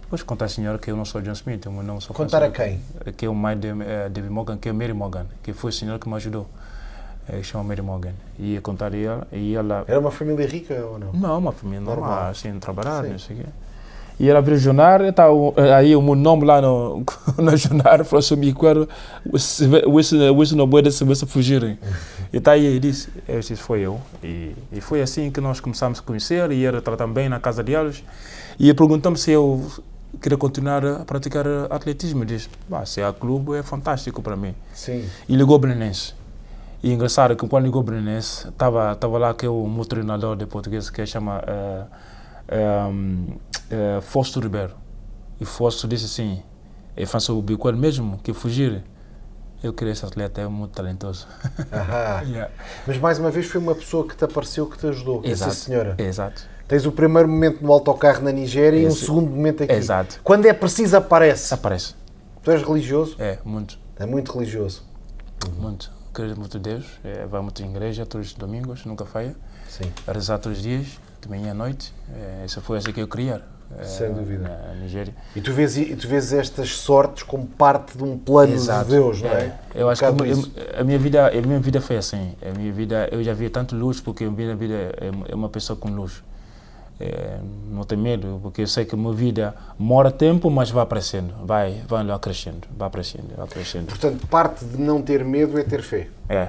Speaker 3: Depois contar à senhora que eu não sou John Smith, eu não sou
Speaker 2: Contar
Speaker 3: François
Speaker 2: a quem?
Speaker 3: que é o mãe de eh, David Morgan, que é Mary Morgan, que foi o senhor que me ajudou. Eh, chama Mary Morgan. E ia contar a ela, e ela...
Speaker 2: Era uma família rica ou não?
Speaker 3: Não, uma família normal,
Speaker 2: Normal.
Speaker 3: assim, trabalhar,
Speaker 2: Sim.
Speaker 3: não sei o quê. E ela abriu o jornal, e tá, o- aí o meu nome lá no, no jornal, falou assim, me quero, Wilson Boeda se você fugirem. E está aí, e disse, este foi eu. E, e foi assim que nós começámos a conhecer, e era tratar bem na casa deles. E perguntou-me se eu queria continuar a praticar atletismo. Diz, "Bah, se há clube, é fantástico para mim.
Speaker 2: Sim.
Speaker 3: E ligou o Belenense. E é engraçado que quando ligou o Belenense, estava tava lá que é o meu treinador de português que chama eh, ehm, eh, Fausto Ribeiro. E Fausto disse assim, eu faço o bico mesmo, que fugir. Eu queria esse atleta, é muito talentoso.
Speaker 2: Ahá.
Speaker 3: Yeah.
Speaker 2: Mas mais uma vez foi uma pessoa que te apareceu que te ajudou,
Speaker 3: Exato.
Speaker 2: essa senhora.
Speaker 3: Exato.
Speaker 2: Tens o primeiro momento no autocarro na Nigéria e um
Speaker 3: Esse-
Speaker 2: segundo momento aqui.
Speaker 3: Exato.
Speaker 2: Quando é preciso, aparece.
Speaker 3: Aparece.
Speaker 2: Tu és religioso?
Speaker 3: É, muito,
Speaker 2: É muito religioso. Uhum.
Speaker 3: muito. Quero muito Deus. É, vai muito à igreja todos os domingos, nunca falha.
Speaker 2: Sim.
Speaker 3: A rezar todos os dias, de manhã à noite. É, essa foi essa que eu queria. é,
Speaker 2: Sem dúvida.
Speaker 3: Na Nigéria.
Speaker 2: E tu, vês, e tu vês estas sortes como parte de um plano de Deus, não é?
Speaker 3: Eu acho
Speaker 2: Um
Speaker 3: que
Speaker 2: bocado
Speaker 3: eu-
Speaker 2: isso.
Speaker 3: a minha vida, a minha vida foi assim. A minha vida, eu já vi tanto luz porque a minha vida é- é uma pessoa com luz. É, não tenho medo, porque eu sei que a minha vida mora tempo, mas vai aparecendo, vai, vai lá crescendo, vai crescendo, vai crescendo.
Speaker 2: Portanto, parte de não ter medo é ter fé,
Speaker 3: É,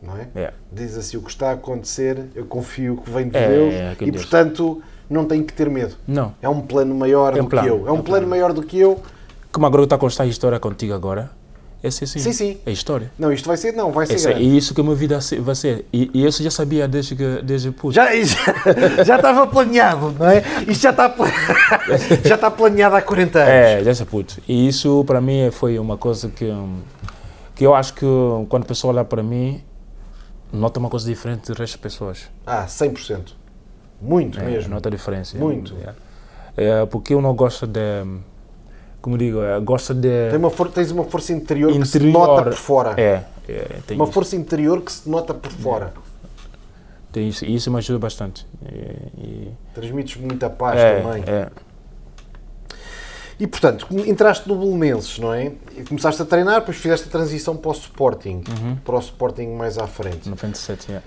Speaker 2: não é?
Speaker 3: é.
Speaker 2: Diz assim: o que está a acontecer, eu confio que vem de
Speaker 3: É,
Speaker 2: Deus
Speaker 3: é, que
Speaker 2: e,
Speaker 3: Deus.
Speaker 2: portanto, não tenho que ter medo.
Speaker 3: Não.
Speaker 2: É um plano maior
Speaker 3: É um
Speaker 2: do
Speaker 3: plano,
Speaker 2: que eu. É
Speaker 3: é
Speaker 2: um
Speaker 3: um
Speaker 2: plano maior do que eu.
Speaker 3: Como agora eu estou a constar a história contigo agora, é assim, sim.
Speaker 2: Sim, sim.
Speaker 3: É história.
Speaker 2: Não, isto vai ser, não, vai ser.
Speaker 3: É isso,
Speaker 2: grande.
Speaker 3: e isso que a minha vida se- vai ser. E, e isso eu já sabia desde que desde puto.
Speaker 2: Já, já, já estava planeado, não é? Isto já está, pla- já está planeado há 40 anos.
Speaker 3: É, já se puto. E isso para mim foi uma coisa que, hum, que eu acho que hum, quando a pessoa olha para mim, nota uma coisa diferente do resto das pessoas.
Speaker 2: Ah, 100%. Muito
Speaker 3: É,
Speaker 2: mesmo.
Speaker 3: nota a diferença.
Speaker 2: Muito.
Speaker 3: É, porque eu não gosto de. hum, Como digo, eu gosto de.
Speaker 2: Tem uma for- tens uma força interior, que se nota por fora.
Speaker 3: É, é tem
Speaker 2: Uma
Speaker 3: isso.
Speaker 2: força interior que se nota por fora.
Speaker 3: Tem isso, e isso me ajuda bastante. E- e-
Speaker 2: Transmites muita paz também.
Speaker 3: é.
Speaker 2: E portanto, como entraste no Belenenses, não é? E começaste a treinar, depois fizeste a transição para o Sporting,
Speaker 3: Uhum.
Speaker 2: para o Sporting mais à frente.
Speaker 3: 97, é.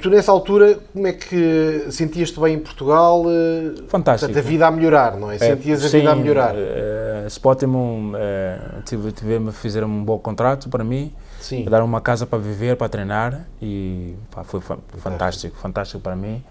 Speaker 2: Tu nessa altura, como é que sentias-te bem em Portugal? Eh,
Speaker 3: É Fantástico.
Speaker 2: Portanto, a vida a melhorar, não é? Sentias a vida a melhorar.
Speaker 3: Uh, Sporting eh, tive, tive, fizeram um bom contrato para mim.
Speaker 2: Sim.
Speaker 3: Dar uma casa para viver, para treinar e pá, foi fa- fantástico, fantástico para mim.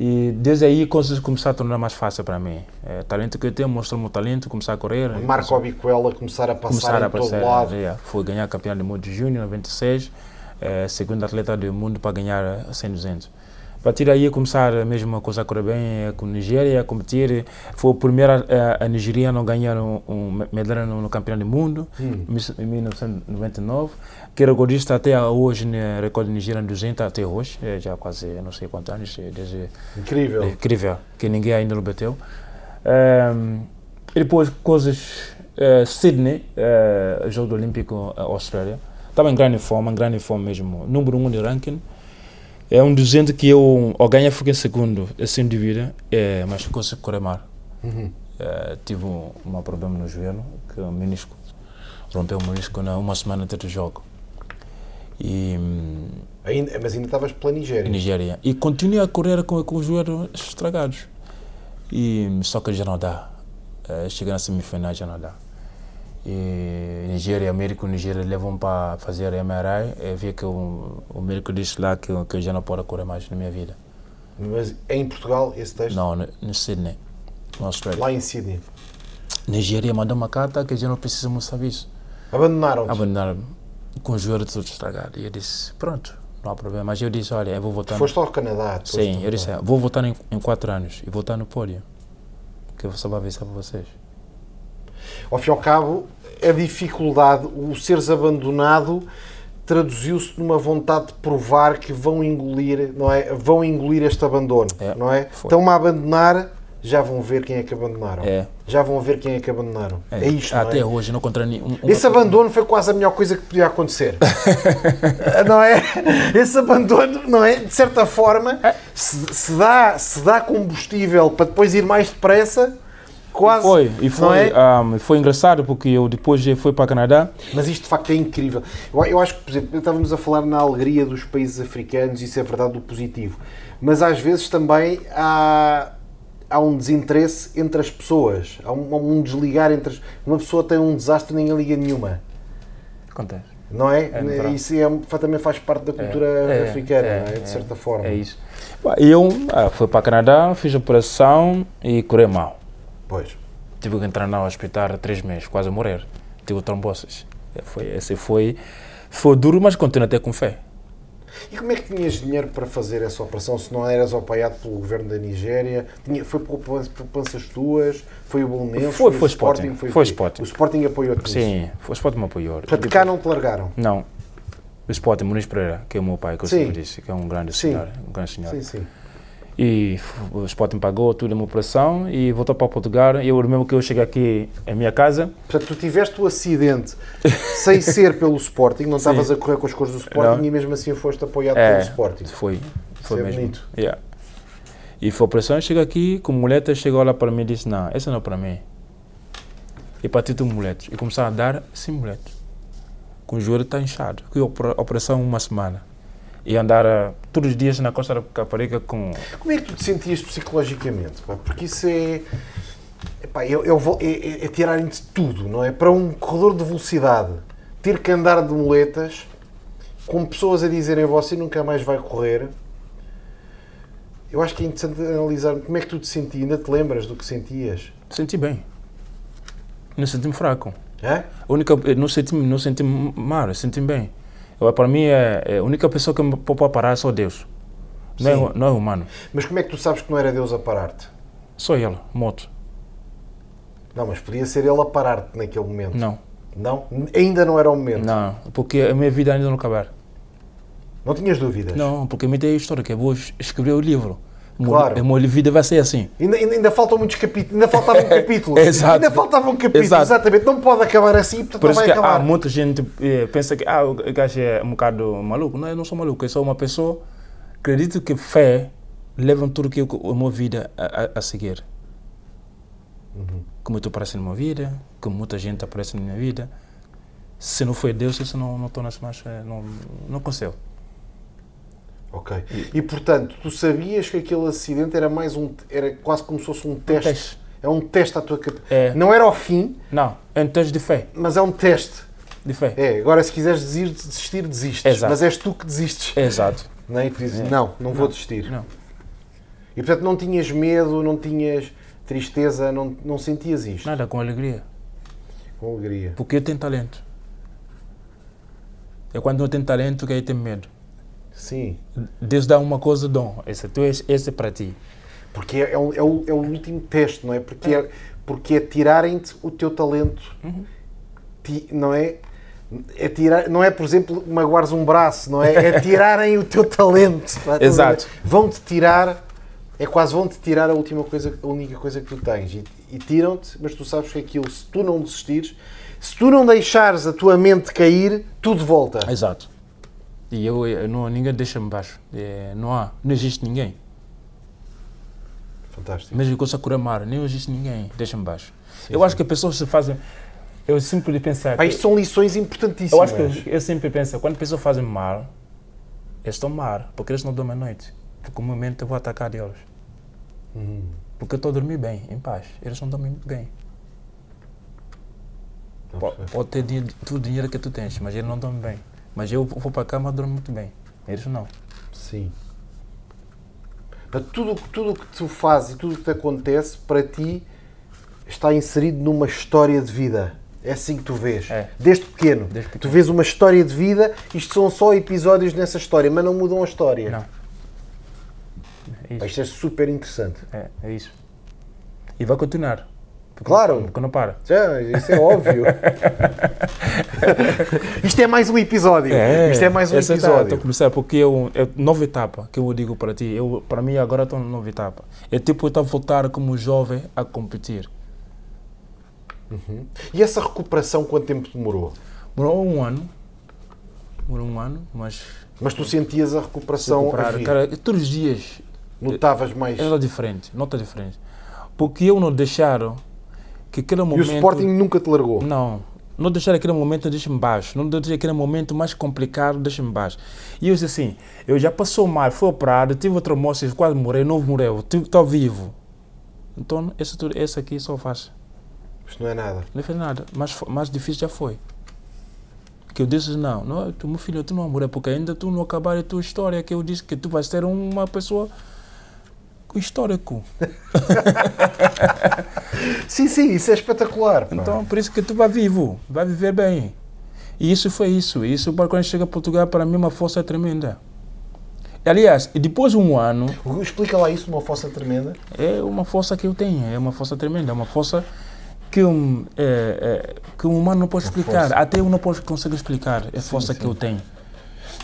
Speaker 3: E desde aí coisas começaram a tornar mais fácil para mim. Eh, talento que eu tenho, mostrou o meu talento, começar a correr.
Speaker 2: Marco Obiquela começar a passar
Speaker 3: começar a
Speaker 2: em todo
Speaker 3: aparecer.
Speaker 2: lado.
Speaker 3: é, Foi ganhar campeão do mundo de júnior 96, eh, segundo atleta do mundo para ganhar eh, 100, 200. A partir daí começar a mesma coisa a correr bem eh, com a Nigéria, a competir. Foi a primeira eh, a nigeriana a ganhar um, um me- medalha no, no campeão do mundo,
Speaker 2: Hum.
Speaker 3: em 1999. Que é recordista até hoje, né, recorde nigeriano 200 até hoje, eh, já quase eh, não sei quantos anos, eh, desde
Speaker 2: Incrível.
Speaker 3: é incrível, que ninguém ainda não bateu. Ahm, e depois coisas, eh, Sydney, eh, Jogo Olímpico eh, Austrália, estava em grande forma, em grande forma mesmo, número 1 um de ranking. É um 200 que eu, ao ganhar, fiquei em segundo, assim de vida, eh, mas ficou sem correr mal. Eh, tive um, um problema no joelho, que é o menisco, rompeu o menisco na uma semana antes do jogo. E, hum,
Speaker 2: Ainda- mas ainda estavas pela Nigéria.
Speaker 3: em Nigéria. E continuei a correr com, com os joelhos estragados. E, só que já não dá. Eh, Cheguei na semifinal, já não dá. E Nigéria, médico Nigéria levam para fazer MRI. E vi que o, o médico disse lá que, eu- que eu já não posso correr mais na minha vida.
Speaker 2: Mas em Portugal, esse texto,
Speaker 3: Não, no, no Sydney, na Austrália.
Speaker 2: lá em Sydney.
Speaker 3: Nigéria mandou uma carta que eu já não preciso muito serviço.
Speaker 2: Abandonaram-te.
Speaker 3: Abandonaram-me com os joelhos todos estragados. E eu disse: Pronto, não há problema. Mas eu disse: Olha, eu vou voltar. no-
Speaker 2: Foste ao Canadá. depois
Speaker 3: Sim,
Speaker 2: de-
Speaker 3: eu disse, "Ah, vou votar em, em quatro anos e votar no pódio. Que eu só vou avisar para vocês.
Speaker 2: Ao fim e ao cabo, a dificuldade, o seres abandonado, traduziu-se numa vontade de provar que vão engolir, não é? Vão engolir este abandono,
Speaker 3: É,
Speaker 2: não é?
Speaker 3: foi.
Speaker 2: Estão-me a abandonar, já vão ver quem é que abandonaram.
Speaker 3: É.
Speaker 2: Já vão ver quem é que abandonaram. É, isto, não é?
Speaker 3: Até hoje não contra nenhum. um-
Speaker 2: Esse abandono foi quase a melhor coisa que podia acontecer. não é? Esse abandono, não é? De certa forma,
Speaker 3: É.
Speaker 2: se, se dá, se dá combustível para depois ir mais depressa, quase.
Speaker 3: Foi, e
Speaker 2: não
Speaker 3: foi,
Speaker 2: é?
Speaker 3: ahm, foi engraçado porque eu depois já fui para o Canadá.
Speaker 2: Mas isto de facto é incrível. Eu, eu acho que, por exemplo, estávamos a falar na alegria dos países africanos, isso é verdade do positivo. Mas às vezes também há, há um desinteresse entre as pessoas. Há um, há um desligar entre as. Uma pessoa tem um desastre e ninguém liga nenhuma.
Speaker 3: Acontece.
Speaker 2: Não é?
Speaker 3: É, no verão.
Speaker 2: Isso é, fa- também faz parte da cultura
Speaker 3: É,
Speaker 2: africana,
Speaker 3: é,
Speaker 2: não é?
Speaker 3: é,
Speaker 2: de certa forma.
Speaker 3: É isso. Pá, Eu ah, fui para o Canadá, fiz operação e curei mal.
Speaker 2: Pois.
Speaker 3: Tive que entrar no hospital três meses, quase a morrer. Tive tromboses. É, Foi, esse foi, foi duro, mas continuo até com fé.
Speaker 2: E como é que tinhas dinheiro para fazer essa operação se não eras apoiado pelo governo da Nigéria? Tinha, foi poupança- poupanças tuas? Foi o Bolonense?
Speaker 3: Foi-
Speaker 2: o
Speaker 3: foi Sporting,
Speaker 2: o
Speaker 3: foi
Speaker 2: quê?
Speaker 3: Sporting.
Speaker 2: O Sporting apoiou-te nisso.
Speaker 3: Sim, foi o Sport me apoiou.
Speaker 2: Portanto, cá não te largaram.
Speaker 3: Não. O Sport Muniz Pereira, que é o meu pai, que eu
Speaker 2: Sim.
Speaker 3: sempre disse, que é um grande
Speaker 2: Sim.
Speaker 3: senhor. Um grande senhor.
Speaker 2: Sim, sim.
Speaker 3: E f- o Sporting pagou tudo a minha operação e voltou para Portugal. E eu lembro que eu cheguei aqui à minha casa.
Speaker 2: Portanto, tu tiveste o acidente sem ser pelo Sporting, não estavas a correr com as cores do Sporting
Speaker 3: Não.
Speaker 2: e mesmo assim foste apoiado pelo Sporting.
Speaker 3: É, Foi, foi
Speaker 2: é
Speaker 3: mesmo.
Speaker 2: bonito.
Speaker 3: Yeah. E foi a operação, chega aqui com muleta, chegou lá para mim e disse, não, essa não é para mim. E partiu de muletas. E começaram a dar sem muletas. Com o joelho está inchado. Que opera- operação uma semana. E andar ah, todos os dias na costa da Caparica com...
Speaker 2: Como é que tu te sentias psicologicamente? pá? Porque isso é. epá, eu, eu vou- é, é- é tirarem de tudo, não é? Para um corredor de velocidade, ter que andar de moletas com pessoas a dizerem você nunca mais vai correr. Eu acho que é interessante analisar como é que tu te sentias. Ainda te lembras do que sentias?
Speaker 3: Senti bem. Não senti-me fraco.
Speaker 2: Hã?
Speaker 3: A única, eu não senti-me não senti mal, eu senti-me bem. Eu, para mim, é, é a única pessoa que me pode parar é só Deus. Não é, não é humano.
Speaker 2: Mas como é que tu sabes que não era Deus a parar-te?
Speaker 3: Só ele, moto.
Speaker 2: Não, mas podia ser ele a parar-te naquele momento.
Speaker 3: Não.
Speaker 2: Não? Ainda não era o momento. Não,
Speaker 3: Não, porque a minha vida ainda não acabar.
Speaker 2: tinhas dúvidas?
Speaker 3: Não, porque a minha ideia é histórica, eu vou es- escrever o livro. O meu-
Speaker 2: Claro.
Speaker 3: A minha vida vai ser assim.
Speaker 2: Ainda, ainda, ainda faltam muitos capítulos, ainda faltava um capítulo.
Speaker 3: É, Exato.
Speaker 2: Ainda faltava um capítulo,
Speaker 3: Exato.
Speaker 2: exatamente. Não pode acabar assim, portanto
Speaker 3: Por
Speaker 2: não
Speaker 3: isso
Speaker 2: vai
Speaker 3: que há
Speaker 2: acabar.
Speaker 3: muita gente eh, pensa que ah, o gajo é um bocado maluco. Não, eu não sou maluco, eu sou uma pessoa. Acredito que fé leva tudo que eu, a minha vida a, a- a seguir.
Speaker 2: Uhum.
Speaker 3: Como eu estou aparecendo na minha vida, como muita gente aparece na minha vida. Se não foi Deus, isso não estou nas mais. eh, Não, não aconteceu.
Speaker 2: Ok. E portanto, tu sabias que aquele acidente era mais um. era quase como se fosse um teste.
Speaker 3: teste.
Speaker 2: É um teste à tua cabeça.
Speaker 3: É.
Speaker 2: Não era ao fim,
Speaker 3: Não, é um teste de fé.
Speaker 2: mas é um teste.
Speaker 3: De fé.
Speaker 2: É, agora se quiseres desistir, desistir desistes.
Speaker 3: Exato.
Speaker 2: Mas és tu que desistes.
Speaker 3: Exato.
Speaker 2: Não é? E tu dizes, não, não, vou desistir.
Speaker 3: Não.
Speaker 2: E portanto não tinhas medo, não tinhas tristeza, não, não sentias isto.
Speaker 3: Nada com alegria.
Speaker 2: Com alegria.
Speaker 3: Porque eu tenho talento. É quando não tem talento que aí tem medo.
Speaker 2: Sim.
Speaker 3: Deus dá uma coisa, dom. Esse, tu és, esse é para ti.
Speaker 2: Porque é, é o, é o- é o último teste, não é? Porque é, porque é tirarem-te o teu talento, Ti- não é? É tirar, não é, por exemplo, magoares um braço, não é? É tirarem o teu talento. Tá? Estás a
Speaker 3: Exato.
Speaker 2: ver? Vão-te tirar, é quase vão-te tirar a última coisa, a única coisa que tu tens. E, e tiram-te, mas tu sabes que aquilo, se tu não desistires, se tu não deixares a tua mente cair, tudo volta.
Speaker 3: Exato. E eu, eu não, ninguém deixa-me baixo. É, não há, não existe ninguém.
Speaker 2: Fantástico.
Speaker 3: Mesmo com Sakura Mara, não existe ninguém. Deixa-me baixo. eu acho que as pessoas se fazem. Eu sempre de pensar.
Speaker 2: Pá,
Speaker 3: que-
Speaker 2: isto são lições importantíssimas.
Speaker 3: eu acho que eu, eu sempre penso, quando pessoas fazem mal, eles estão mal, porque eles não dormem à noite. Porque o momento eu vou atacar eles. Porque eu estou a dormir bem, em paz. Eles não dormem bem. Po- Pode ter dinhe- tudo o dinheiro que tu tens, mas eles não dormem bem. Mas eu vou para a cama e durmo muito bem. Eles não.
Speaker 2: Sim. Para tudo o que- tudo o que tu fazes e tudo o que te acontece, para ti, está inserido numa história de vida. É assim que tu vês.
Speaker 3: É.
Speaker 2: Desde, pequeno.
Speaker 3: Desde pequeno.
Speaker 2: Tu vês uma história de vida, isto são só episódios nessa história, mas não mudam a história.
Speaker 3: Não. É
Speaker 2: Pá, Isto
Speaker 3: isso.
Speaker 2: é super interessante.
Speaker 3: É, é isso. E vai continuar. Porque-
Speaker 2: Claro.
Speaker 3: Porque não para.
Speaker 2: Já, isso é óbvio. isto é mais um episódio. isto é mais um
Speaker 3: essa tá- Estou
Speaker 2: episódio.
Speaker 3: a começar porque eu, é nova etapa que eu digo para ti. Eu, para mim, agora estou numa nova etapa. É tipo eu estou a voltar como jovem a competir.
Speaker 2: E essa recuperação, quanto tempo demorou?
Speaker 3: Morou um ano. Morou um ano, mas.
Speaker 2: Mas tu sentias a recuperação a
Speaker 3: recuperar.
Speaker 2: vir?
Speaker 3: Cara, todos os dias
Speaker 2: Notavas mais.
Speaker 3: era diferente, nota diferente. Porque eu não deixaram que
Speaker 2: E
Speaker 3: aquele
Speaker 2: o
Speaker 3: momento.
Speaker 2: Sporting nunca te largou?
Speaker 3: Não. Não deixar aquele momento deixa-me baixo. Não deixar aquele momento mais complicado deixa-me baixo. E eu disse assim, eu já passou mal, fui operado, tive outra moça, quase morei, novo morreu, estou vivo. Então, esse, tudo- esse aqui só faz.
Speaker 2: Isto não é nada.
Speaker 3: Não fez nada. Mas fo- mais difícil já foi. que eu disse, não, não tu, meu filho, tu não muda, porque ainda tu não acabar a tua história, que eu disse que tu vais ser uma pessoa histórico.
Speaker 2: Sim, sim, isso é espetacular. pá.
Speaker 3: Então, por isso que tu vai vivo, vai viver bem. E isso foi isso. Isso, para quando chega a Portugal, para mim, é uma força tremenda. Aliás, e depois de um ano,
Speaker 2: Explica lá isso, uma força tremenda.
Speaker 3: é uma força que eu tenho, é uma força tremenda, é uma força que um, é, é, que um humano não pode explicar,
Speaker 2: força.
Speaker 3: até eu não posso, consigo explicar É a força que eu tenho.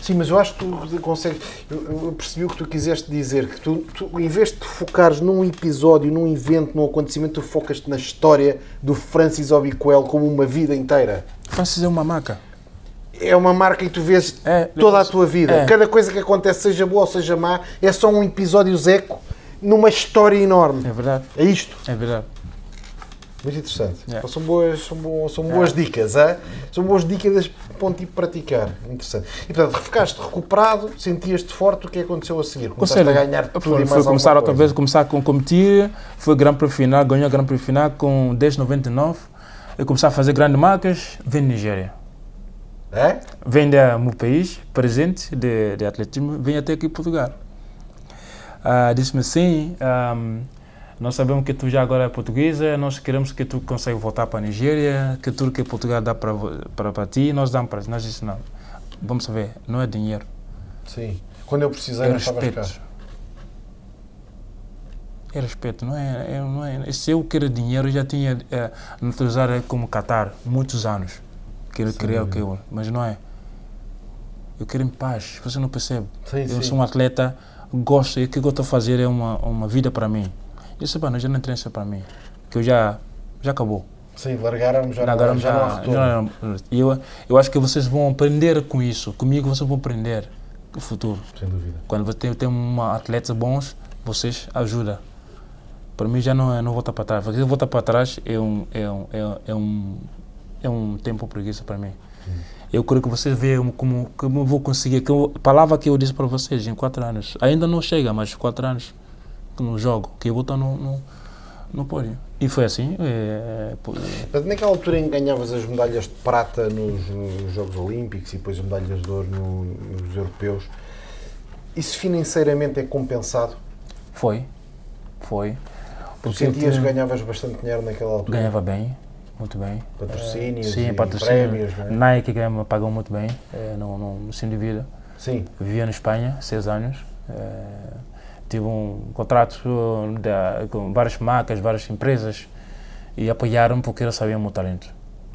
Speaker 2: Sim, mas eu acho que tu consegues. Eu, eu percebi o que tu quiseste dizer, que tu, tu, em vez de te focares num episódio, num evento, num acontecimento, tu focas-te na história do Francis Obiquel como uma vida inteira.
Speaker 3: Francis é uma maca.
Speaker 2: É uma marca e tu vês
Speaker 3: É,
Speaker 2: toda a
Speaker 3: Lucas,
Speaker 2: tua vida.
Speaker 3: é.
Speaker 2: Cada coisa que acontece, seja boa ou seja má, é só um episódio zeco numa história enorme.
Speaker 3: É verdade,
Speaker 2: É isto.
Speaker 3: é verdade.
Speaker 2: Muito interessante.
Speaker 3: É.
Speaker 2: Pá, São boas, são bo- são boas dicas, hã? são boas dicas para um tipo praticar. Interessante. E portanto, ficaste recuperado, sentias-te forte, o que é que aconteceu a seguir? Começaste
Speaker 3: Conselho,
Speaker 2: a ganhar tudo
Speaker 3: foi,
Speaker 2: e mais
Speaker 3: foi
Speaker 2: alguma
Speaker 3: começar outra
Speaker 2: coisa.
Speaker 3: vez, começar com competir, foi Grand Prix final, ganhou a Grand Prix final com 10,99 e começar a fazer grandes marcas, vem Nigéria.
Speaker 2: Hã?
Speaker 3: Vem do meu país, presente de, de atletismo, vem até aqui em Portugal. Ah, Disse-me sim, ahm, nós sabemos que tu já agora é portuguesa, nós queremos que tu consiga voltar para a Nigéria, que tudo que Portugal dá para, vo- para, para ti, nós damos para ti. Nós disse não, vamos ver, não é dinheiro,
Speaker 2: Sim. Quando eu precisei,
Speaker 3: é
Speaker 2: não estavas cá.
Speaker 3: respeito. É respeito, não é, é- não é- Se eu quero dinheiro, eu já tinha eh, naturalizado como Qatar, muitos anos. Quero criar o que eu, mas não é. Eu quero em paz, você não percebe.
Speaker 2: Sim,
Speaker 3: eu
Speaker 2: sim.
Speaker 3: sou um atleta, gosto, e o que eu estou a fazer é uma, uma vida para mim. Isso, mano, já não interessa para mim, que eu já, já acabou.
Speaker 2: Sim, largaram já,
Speaker 3: Agora
Speaker 2: não, é já não há retorno.
Speaker 3: já não- é, eu, eu acho que vocês vão aprender com isso, comigo vocês vão aprender o futuro.
Speaker 2: Sem dúvida.
Speaker 3: Quando você tem uma atleta bons, vocês ajudam. Para mim já não é não voltar para trás. Porque se eu voltar para trás é um é um é um, é um, é um tempo preguiça para mim. Eu quero que vocês vejam como como eu vou conseguir. Que eu, a palavra que eu disse para vocês em quatro anos ainda não chega, mas quatro anos que não jogo, que eu vou estar no no, no pódio. E foi assim. É, é, pô, é,
Speaker 2: Mas naquela altura em que ganhavas as medalhas de prata nos, nos Jogos Olímpicos e depois as medalhas de ouro no- nos europeus, isso financeiramente é compensado?
Speaker 3: foi, foi.
Speaker 2: Tu
Speaker 3: eu
Speaker 2: sentias que
Speaker 3: tinha-
Speaker 2: ganhavas bastante dinheiro naquela altura?
Speaker 3: ganhava bem, muito bem.
Speaker 2: Patrocínios
Speaker 3: Sim,
Speaker 2: e
Speaker 3: patrocínio.
Speaker 2: prémios, não é?
Speaker 3: Nike que me pagou muito bem, eh, não, não me sinto vida.
Speaker 2: é? Sim.
Speaker 3: Vivia na Espanha, seis anos. eh, Tive um contrato eh, da, com várias marcas, várias empresas e apoiaram porque eles sabiam o meu talento.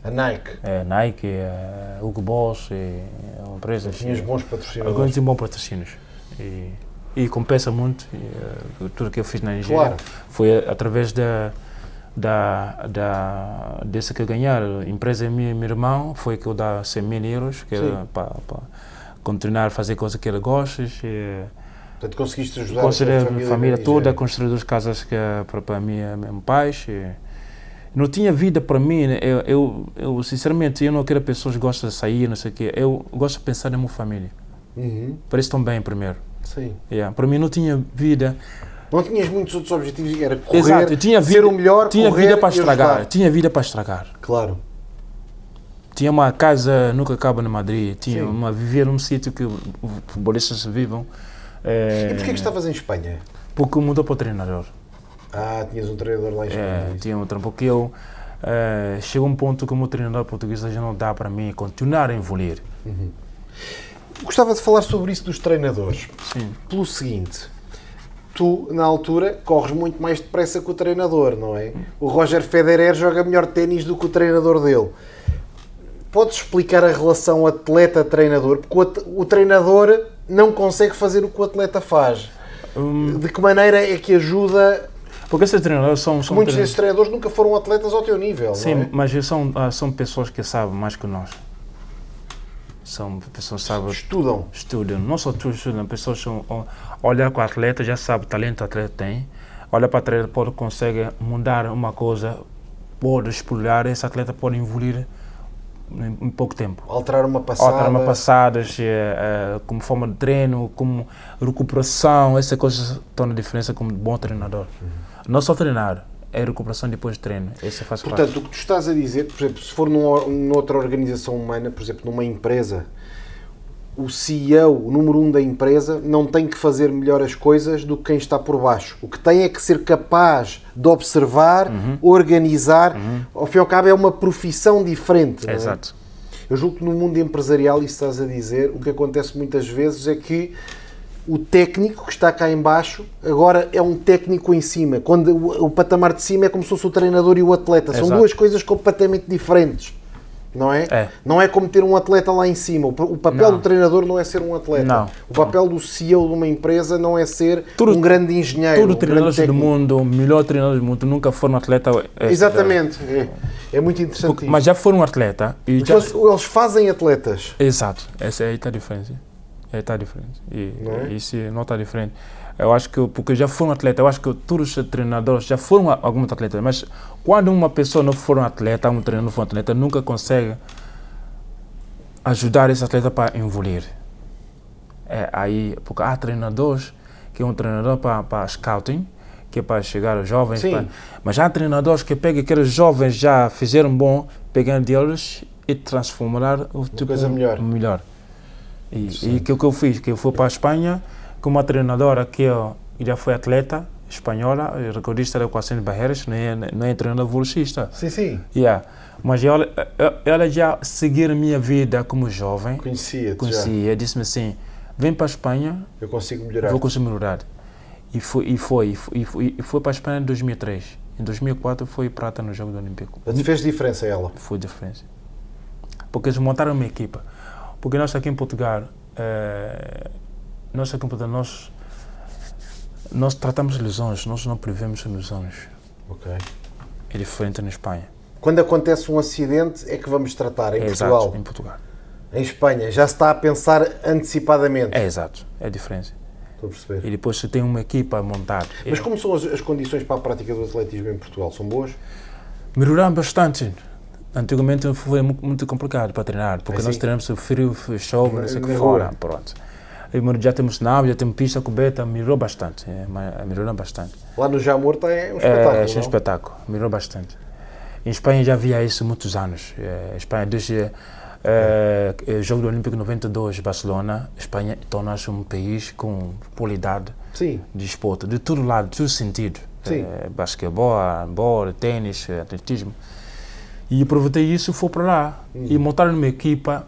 Speaker 2: A Nike.
Speaker 3: Eh, Nike, eh, Hugo Boss, e, eh, empresas.
Speaker 2: Tinhas
Speaker 3: e-
Speaker 2: bons
Speaker 3: Alguns
Speaker 2: patrocinadores.
Speaker 3: tinham bons patrocínios. E, e compensa muito e, eh, tudo que eu fiz na Nigéria.
Speaker 2: Claro.
Speaker 3: Foi a- através da, da, da, desse que eu ganhar. A empresa minha, meu irmão, foi que eu dá 100 mil euros que
Speaker 2: Sim.
Speaker 3: era para, para continuar a fazer coisa que ele gosta. E, eh,
Speaker 2: Portanto, conseguiste ajudar
Speaker 3: construir a
Speaker 2: tua
Speaker 3: família,
Speaker 2: na
Speaker 3: toda,
Speaker 2: Nigéria.
Speaker 3: construir duas casas que, para, para mim, meu pai. E, não tinha vida para mim. né? Eu, eu, eu, sinceramente, eu não quero pessoas que gostam de sair, não sei o quê. Eu gosto de pensar na minha família.
Speaker 2: Uhum,
Speaker 3: Para isso estão bem primeiro.
Speaker 2: Sim.
Speaker 3: Yeah, Para mim não tinha vida.
Speaker 2: Não tinhas muitos outros objetivos, era correr,
Speaker 3: Exato, eu tinha
Speaker 2: ser
Speaker 3: vida-
Speaker 2: o melhor,
Speaker 3: Tinha
Speaker 2: correr
Speaker 3: vida para
Speaker 2: e
Speaker 3: estragar.
Speaker 2: ajudar.
Speaker 3: Tinha vida para estragar.
Speaker 2: Claro.
Speaker 3: Tinha uma casa nunca acaba na Madrid. Tinha
Speaker 2: Sim.
Speaker 3: uma viver num sítio que futebolistas vivam.
Speaker 2: E
Speaker 3: eh,
Speaker 2: porquê é que estavas em Espanha?
Speaker 3: Porque mudou para o treinador.
Speaker 2: Ah, tinhas um treinador lá em Espanha.
Speaker 3: É,
Speaker 2: isso.
Speaker 3: tinha um trampo que eu. eh, chegou um ponto que o meu treinador português já não dá para mim continuar a evoluir.
Speaker 2: Gostava de falar sobre isso dos treinadores.
Speaker 3: Sim.
Speaker 2: Pelo seguinte, tu, na altura, corres muito mais depressa que o treinador, não é? O Roger Federer joga melhor ténis do que o treinador dele. Podes explicar a relação atleta-treinador? Porque o, at- o treinador não consegue fazer o que o atleta faz.
Speaker 3: Hum.
Speaker 2: De que maneira é que ajuda?
Speaker 3: Porque esses treinadores são. são
Speaker 2: Muitos
Speaker 3: treina-
Speaker 2: desses treinadores nunca foram atletas ao teu nível, não
Speaker 3: Sim,
Speaker 2: é?
Speaker 3: mas são, ah, são pessoas que sabem mais que nós. São pessoas que sabem
Speaker 2: Estudam.
Speaker 3: estudam, não só tu estudam, pessoas são, ó, olhar para o atleta, já sabe o talento que o atleta tem, olha para o atleta, pode consegue mudar uma coisa, pode explorar, esse atleta pode evoluir em, em pouco tempo.
Speaker 2: Alterar uma passada.
Speaker 3: Outra uma passadas, eh, eh, como forma de treino, como
Speaker 2: Uhum.
Speaker 3: recuperação, essas coisas tornam a diferença como bom treinador. Não só treinar, é a recuperação depois de treino. Essa faz
Speaker 2: Portanto, o que tu estás a dizer, por exemplo, se for numa, noutra organização humana, por exemplo, numa empresa, o CEO, o número um da empresa, não tem que fazer melhor as coisas do que quem está por baixo. O que tem é que ser capaz de observar, organizar. Ao fim e ao cabo, é uma profissão diferente. não
Speaker 3: parte.
Speaker 2: é?
Speaker 3: Exato.
Speaker 2: Eu julgo que no mundo empresarial, isso estás a dizer, o que acontece muitas vezes é que o técnico que está cá em baixo agora é um técnico em cima. Quando o, o patamar de cima é como se fosse o treinador e o atleta. São
Speaker 3: Exato.
Speaker 2: duas coisas completamente diferentes. Não é?
Speaker 3: É.
Speaker 2: Não é como ter um atleta lá em cima. O, pa- o papel
Speaker 3: Não.
Speaker 2: do treinador não é ser um atleta.
Speaker 3: Não.
Speaker 2: O papel do CEO de uma empresa não é ser
Speaker 3: Todo-
Speaker 2: um grande engenheiro.
Speaker 3: Todo
Speaker 2: um
Speaker 3: o treinador
Speaker 2: grande
Speaker 3: do
Speaker 2: técnico.
Speaker 3: mundo, o melhor treinador do mundo, nunca foi um atleta. é,
Speaker 2: Exatamente. É, é muito interessante
Speaker 3: Porque-
Speaker 2: isto.
Speaker 3: mas já foi um atleta. E já-
Speaker 2: Eles- eles fazem atletas.
Speaker 3: Exato, essa aí está a diferença. Aí está a diferença. E,
Speaker 2: Não é?
Speaker 3: e isso não está diferente. Eu acho que, porque já foram atleta, eu acho que todos os treinadores já foram a- alguns atletas, mas quando uma pessoa não for um atleta, um treinador não for um atleta, nunca consegue ajudar esse atleta para evoluir. É, aí, porque há treinadores que é um treinador para, para scouting, que é para chegar aos jovens,
Speaker 2: Sim.
Speaker 3: para- mas há treinadores que pegam aqueles jovens já fizeram bom, pegando deles e transformar o tipo
Speaker 2: coisa melhor.
Speaker 3: melhor. E, e que o que eu fiz, que eu fui para a Espanha com uma treinadora que eu já foi atleta espanhola, recordista da Equação de Barreiras, não é, não é treinadora velocista.
Speaker 2: Sim, sim.
Speaker 3: Yeah. Mas ela, eh, ela já seguir a minha vida como jovem,
Speaker 2: Conhecia-te já.
Speaker 3: conhecia, disse-me assim, vem para a Espanha,
Speaker 2: Eu consigo melhorar.
Speaker 3: vou conseguir melhorar. E foi, e foi, e foi, e foi, e foi para a Espanha em 2003. Em 2004 foi prata no Jogo do Olímpico.
Speaker 2: Mas fez diferença ela.
Speaker 3: Foi diferente. Porque eles montaram uma equipa. Porque nós aqui em Portugal, eh, nós aqui em Portugal, nós, nós tratamos lesões, nós não prevemos lesões. É diferente na Espanha.
Speaker 2: Quando acontece um acidente é que vamos tratar em
Speaker 3: É
Speaker 2: Portugal.
Speaker 3: exato, em Portugal.
Speaker 2: Em Espanha já se está a pensar antecipadamente.
Speaker 3: É exato, é diferente.
Speaker 2: Estou a perceber.
Speaker 3: E depois você tem uma equipa É a montar.
Speaker 2: Mas como são as, as condições para a prática do atletismo em Portugal? São boas?
Speaker 3: Melhoraram bastante. Antigamente foi mu- muito complicado para treinar, porque
Speaker 2: É
Speaker 3: nós
Speaker 2: sim.
Speaker 3: treinamos o frio, o chove, não sei o que
Speaker 2: Na
Speaker 3: fora,
Speaker 2: rua.
Speaker 3: pronto. E agora já temos nave, já temos pista coberta, melhorou bastante, é, ma- melhorou bastante.
Speaker 2: Lá no Jamor está é um
Speaker 3: É,
Speaker 2: espetáculo.
Speaker 3: é um
Speaker 2: não?
Speaker 3: espetáculo, melhorou bastante. Em Espanha já havia isso há muitos anos. É, a Espanha, desde é, é, o Jogo do Olímpico 92, Barcelona, a Espanha torna-se um país com qualidade
Speaker 2: Sim.
Speaker 3: de esporte, de todo lado, de todo sentido.
Speaker 2: Sim.
Speaker 3: Eh, basquetebol, handball, ténis, eh, atletismo. E aproveitei isso e fui para lá.
Speaker 2: Uhum.
Speaker 3: E montaram uma equipa,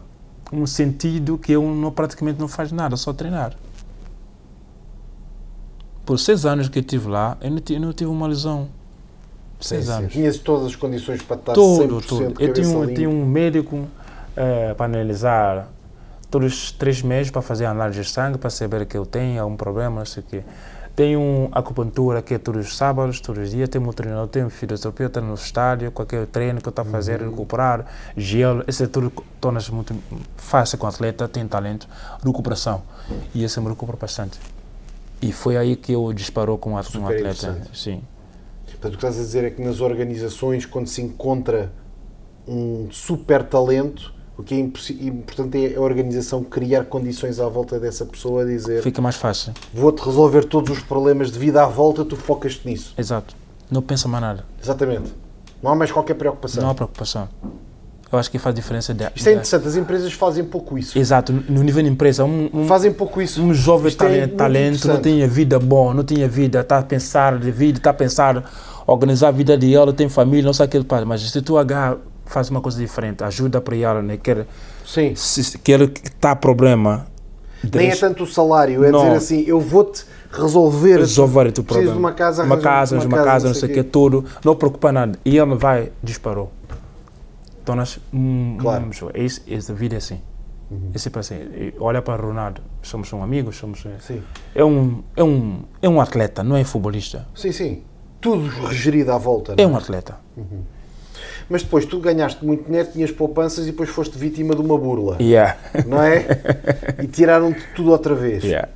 Speaker 3: um sentido que eu não, praticamente não faz nada, só treinar. Por seis anos que eu estive lá, eu não ti- eu não tive uma lesão. Seis
Speaker 2: Sim, sim.
Speaker 3: anos
Speaker 2: Tinhas todas as condições para estar
Speaker 3: todo,
Speaker 2: 100%
Speaker 3: todo.
Speaker 2: cabeça
Speaker 3: Eu tinha, um- eu
Speaker 2: limpa.
Speaker 3: tinha um médico eh, para analisar todos os três meses para fazer análise de sangue, para saber que eu tenho algum problema, não sei o quê. Tenho um acupuntura que é todos os sábados, todos os dias. Tenho um treinador, tenho um fisioterapeuta no estádio, qualquer treino que eu estou a fazer,
Speaker 2: Uhum.
Speaker 3: recuperar, gelo. Isso é tudo co- torna-se muito fácil com o atleta, tem talento, recuperação. E esse me recupera bastante. E foi aí que eu disparou com o at- um
Speaker 2: Super
Speaker 3: atleta.
Speaker 2: interessante.
Speaker 3: Sim.
Speaker 2: Portanto, o que estás a dizer é que nas organizações, quando se encontra um super talento, o que é impossi- importante é a organização criar condições à volta dessa pessoa, dizer
Speaker 3: Fica mais fácil.
Speaker 2: vou-te resolver todos os problemas de vida à volta, tu focas-te nisso.
Speaker 3: Exato. Não pensa mais nada.
Speaker 2: Exatamente. Não há mais qualquer preocupação.
Speaker 3: Não há preocupação. Eu acho que faz diferença. De,
Speaker 2: Isto é
Speaker 3: de-
Speaker 2: interessante, as empresas fazem pouco isso.
Speaker 3: Exato, no nível de empresa, um, um,
Speaker 2: Fazem pouco isso.
Speaker 3: um jovem
Speaker 2: Isto é
Speaker 3: talen-
Speaker 2: muito
Speaker 3: talento não
Speaker 2: interessante.
Speaker 3: tinha vida boa, não tinha vida, está a pensar de vida, está a pensar organizar a vida de ela, tem família, não sei aquele pai, mas se tu agarra, faz uma coisa diferente, ajuda para ela, né? Quer,
Speaker 2: Sim.
Speaker 3: se, se- quer que está problema,
Speaker 2: Nem é
Speaker 3: deixa-
Speaker 2: tanto o salário, é
Speaker 3: Não.
Speaker 2: dizer assim, eu vou-te resolver.
Speaker 3: resolver o
Speaker 2: Preciso
Speaker 3: teu problema.
Speaker 2: de uma casa,
Speaker 3: uma
Speaker 2: arranja-me
Speaker 3: casa,
Speaker 2: uma
Speaker 3: uma
Speaker 2: casa,
Speaker 3: casa, não sei o que, tudo, não preocupa nada. E ele vai, disparou. Tornas um,
Speaker 2: Claro. Uhum.
Speaker 3: um pessoa. É isso, essa vida é assim. É sempre assim. E Olha para o Ronaldo, somos um amigo, somos.
Speaker 2: Sim.
Speaker 3: É um, é um, é um atleta, não é futebolista.
Speaker 2: Sim, sim. Tudo regerido à volta.
Speaker 3: É
Speaker 2: não é?
Speaker 3: um atleta.
Speaker 2: Mas depois tu ganhaste muito dinheiro, tinhas poupanças e depois foste vítima de uma burla.
Speaker 3: Yeah.
Speaker 2: Não é? E tiraram-te tudo outra vez.
Speaker 3: yeah.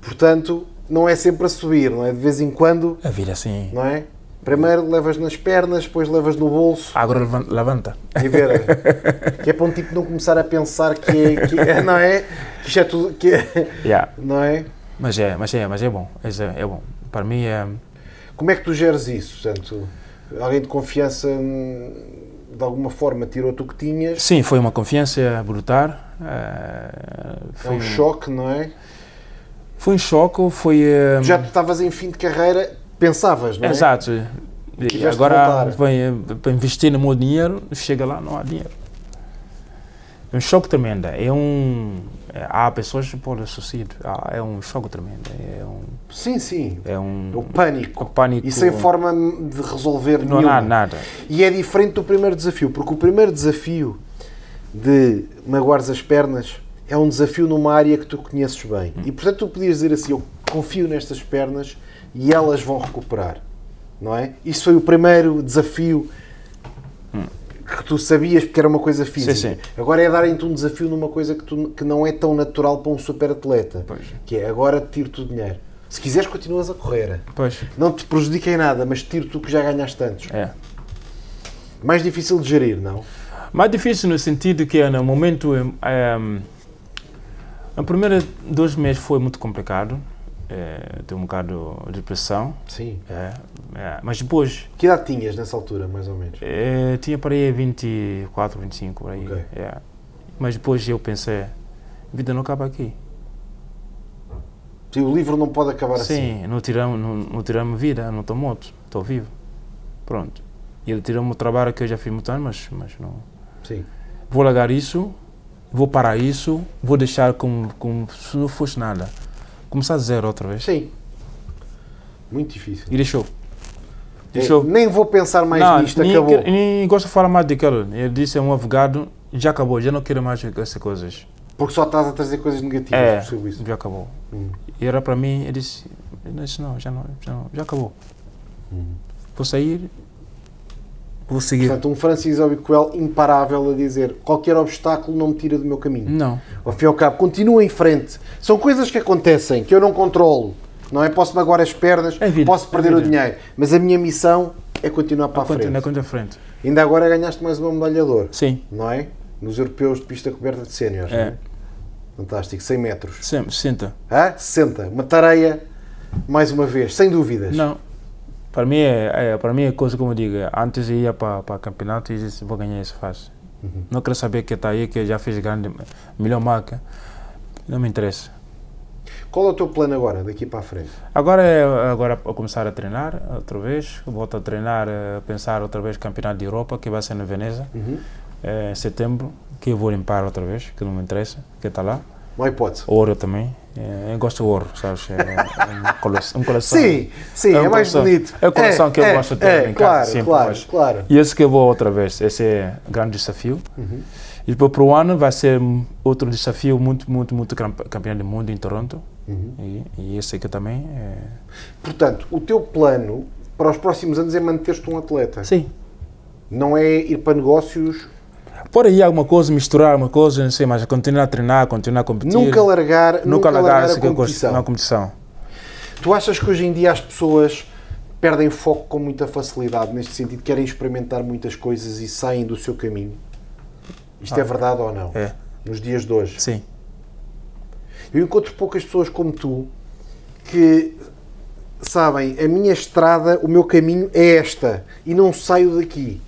Speaker 2: Portanto, não é sempre a subir, não é? De vez em quando,
Speaker 3: A vida é assim.
Speaker 2: não é? Primeiro levas nas pernas, depois levas no bolso.
Speaker 3: Agora levan- levanta.
Speaker 2: E ver, que é para um tipo não começar a pensar que é, que é, não é? Que isto é tudo, que é,
Speaker 3: Yeah.
Speaker 2: não é?
Speaker 3: Mas é, mas é, mas é bom. Isso É, é bom. Para mim é.
Speaker 2: Como é que tu geres isso? Portanto, Alguém de confiança, hum, de alguma forma, tirou-te o que tinhas.
Speaker 3: Sim, foi uma confiança brutal. eh,
Speaker 2: É
Speaker 3: foi,
Speaker 2: um choque, não é?
Speaker 3: foi um choque, foi... eh,
Speaker 2: Já tu estavas em fim de carreira, pensavas, não é?
Speaker 3: Exato. E
Speaker 2: Quiseste
Speaker 3: agora,
Speaker 2: voltar.
Speaker 3: bem, para investir no meu dinheiro, chega lá, não há dinheiro. É um choque tremendo. É um... é- Há pessoas que podem suicídio. Há- É um choque tremendo. É um...
Speaker 2: Sim, sim.
Speaker 3: É um...
Speaker 2: É o pânico.
Speaker 3: é um pânico.
Speaker 2: E sem forma de né? resolver
Speaker 3: Não
Speaker 2: nenhuma.
Speaker 3: há nada.
Speaker 2: E é diferente do primeiro desafio, porque o primeiro desafio de magoares as pernas é um desafio numa área que tu conheces bem. E portanto tu podias dizer assim, eu confio nestas pernas e elas vão recuperar. Não é? Isso foi o primeiro desafio que tu sabias porque era uma coisa física.
Speaker 3: sim.
Speaker 2: Agora é darem-te um desafio numa coisa que, tu- que não é tão natural para um super atleta.
Speaker 3: Pois.
Speaker 2: Que é agora tiro-te o dinheiro. Se quiseres continuas a correr.
Speaker 3: Pois.
Speaker 2: Não te prejudica em nada, mas tiro-te o que já ganhaste tantos.
Speaker 3: É.
Speaker 2: Mais difícil de gerir, não?
Speaker 3: Mais difícil no sentido que no momento um, os primeiros dois meses foi muito complicado, é, teve um bocado de depressão,
Speaker 2: Sim.
Speaker 3: é, é, mas depois
Speaker 2: Que idade tinhas nessa altura, mais ou menos?
Speaker 3: é, tinha para aí 24, 25 por aí,
Speaker 2: Ok.
Speaker 3: é. mas depois eu pensei, a vida não acaba aqui,
Speaker 2: Sim, o livro não pode acabar assim.
Speaker 3: sim, não tiramos não, não tiramos vida, não estou morto, estou vivo, pronto. E ele tirou-me o trabalho que eu já fiz muito ano, mas, mas não,
Speaker 2: Sim.
Speaker 3: vou largar isso, vou parar isso, vou deixar como, como se não fosse nada. Começar a zero outra vez.
Speaker 2: Sim. Muito difícil.
Speaker 3: E deixou.
Speaker 2: É,
Speaker 3: Deixou.
Speaker 2: nem vou pensar mais nisto,
Speaker 3: nem,
Speaker 2: acabou.
Speaker 3: que- nem gosto de falar mais daquilo. Ele disse, é um advogado, já acabou, já não quero mais essas coisas.
Speaker 2: Porque só estás a trazer coisas negativas,
Speaker 3: é,
Speaker 2: percebo isso.
Speaker 3: já acabou.
Speaker 2: um Hum.
Speaker 3: E era para mim, ele disse, eu disse, não, já não, já não, já acabou.
Speaker 2: Hum.
Speaker 3: Vou sair, vou seguir.
Speaker 2: Portanto, um Francis Obiquel imparável a dizer qualquer obstáculo não me tira do meu caminho.
Speaker 3: Não.
Speaker 2: Ao fim e ao cabo, continua em frente. São coisas que acontecem, que eu não controlo. Não é? Posso-me agora as pernas,
Speaker 3: É vida,
Speaker 2: posso
Speaker 3: é
Speaker 2: perder o
Speaker 3: vida.
Speaker 2: dinheiro. Mas a minha missão é continuar para a frente.
Speaker 3: Na conta à é frente.
Speaker 2: Ainda agora ganhaste mais uma medalha de ouro.
Speaker 3: Sim.
Speaker 2: não é? Nos europeus de pista coberta de séniores. não
Speaker 3: É.
Speaker 2: é? Fantástico, 100 metros.
Speaker 3: Sempre, sinta.
Speaker 2: Hã? 60, uma tareia, mais uma vez, sem dúvidas.
Speaker 3: Não. Para mim é, é- para mim é coisa como eu digo, antes eu ia para, para campeonato e disse, vou ganhar isso fácil.
Speaker 2: Uhum.
Speaker 3: Não quero saber que está aí, que já fez grande, melhor marca. Não me interessa.
Speaker 2: Qual é o teu plano agora, daqui para a frente?
Speaker 3: Agora é agora a começar a treinar outra vez, volto a treinar, a pensar outra vez campeonato de Europa, que vai ser na Veneza, eh, em setembro, que eu vou limpar outra vez, que não me interessa, que está lá.
Speaker 2: Não há hipótese.
Speaker 3: Ouro também, eh, eu gosto de ouro, sabes? É um cole- um coleção.
Speaker 2: Sim, sim, é,
Speaker 3: um
Speaker 2: mais
Speaker 3: coração.
Speaker 2: bonito.
Speaker 3: É o coração que eu gosto de ter
Speaker 2: é,
Speaker 3: em casa,
Speaker 2: claro,
Speaker 3: sempre
Speaker 2: claro,
Speaker 3: gosto.
Speaker 2: claro.
Speaker 3: E esse que eu vou outra vez, esse é um grande desafio. E depois para o ano vai ser hum, outro desafio muito, muito, muito campe- campeão do mundo em Toronto. E, e esse aqui também é...
Speaker 2: Portanto, o teu plano para os próximos anos é manter-te um atleta.
Speaker 3: Sim.
Speaker 2: Não é ir para negócios,
Speaker 3: Por aí alguma coisa, misturar uma coisa, não sei, mas continuar a treinar, continuar a competir.
Speaker 2: nunca largar, nunca, largar, a
Speaker 3: isso assim que eu
Speaker 2: competição.
Speaker 3: gosto, na competição.
Speaker 2: Tu achas que hoje em dia as pessoas perdem foco com muita facilidade, neste sentido, querem experimentar muitas coisas e saem do seu caminho? Isto é verdade ou não?
Speaker 3: Ah. É.
Speaker 2: Nos dias de hoje.
Speaker 3: Sim.
Speaker 2: Eu encontro poucas pessoas como tu que sabem, a minha estrada, o meu caminho é esta e não saio daqui.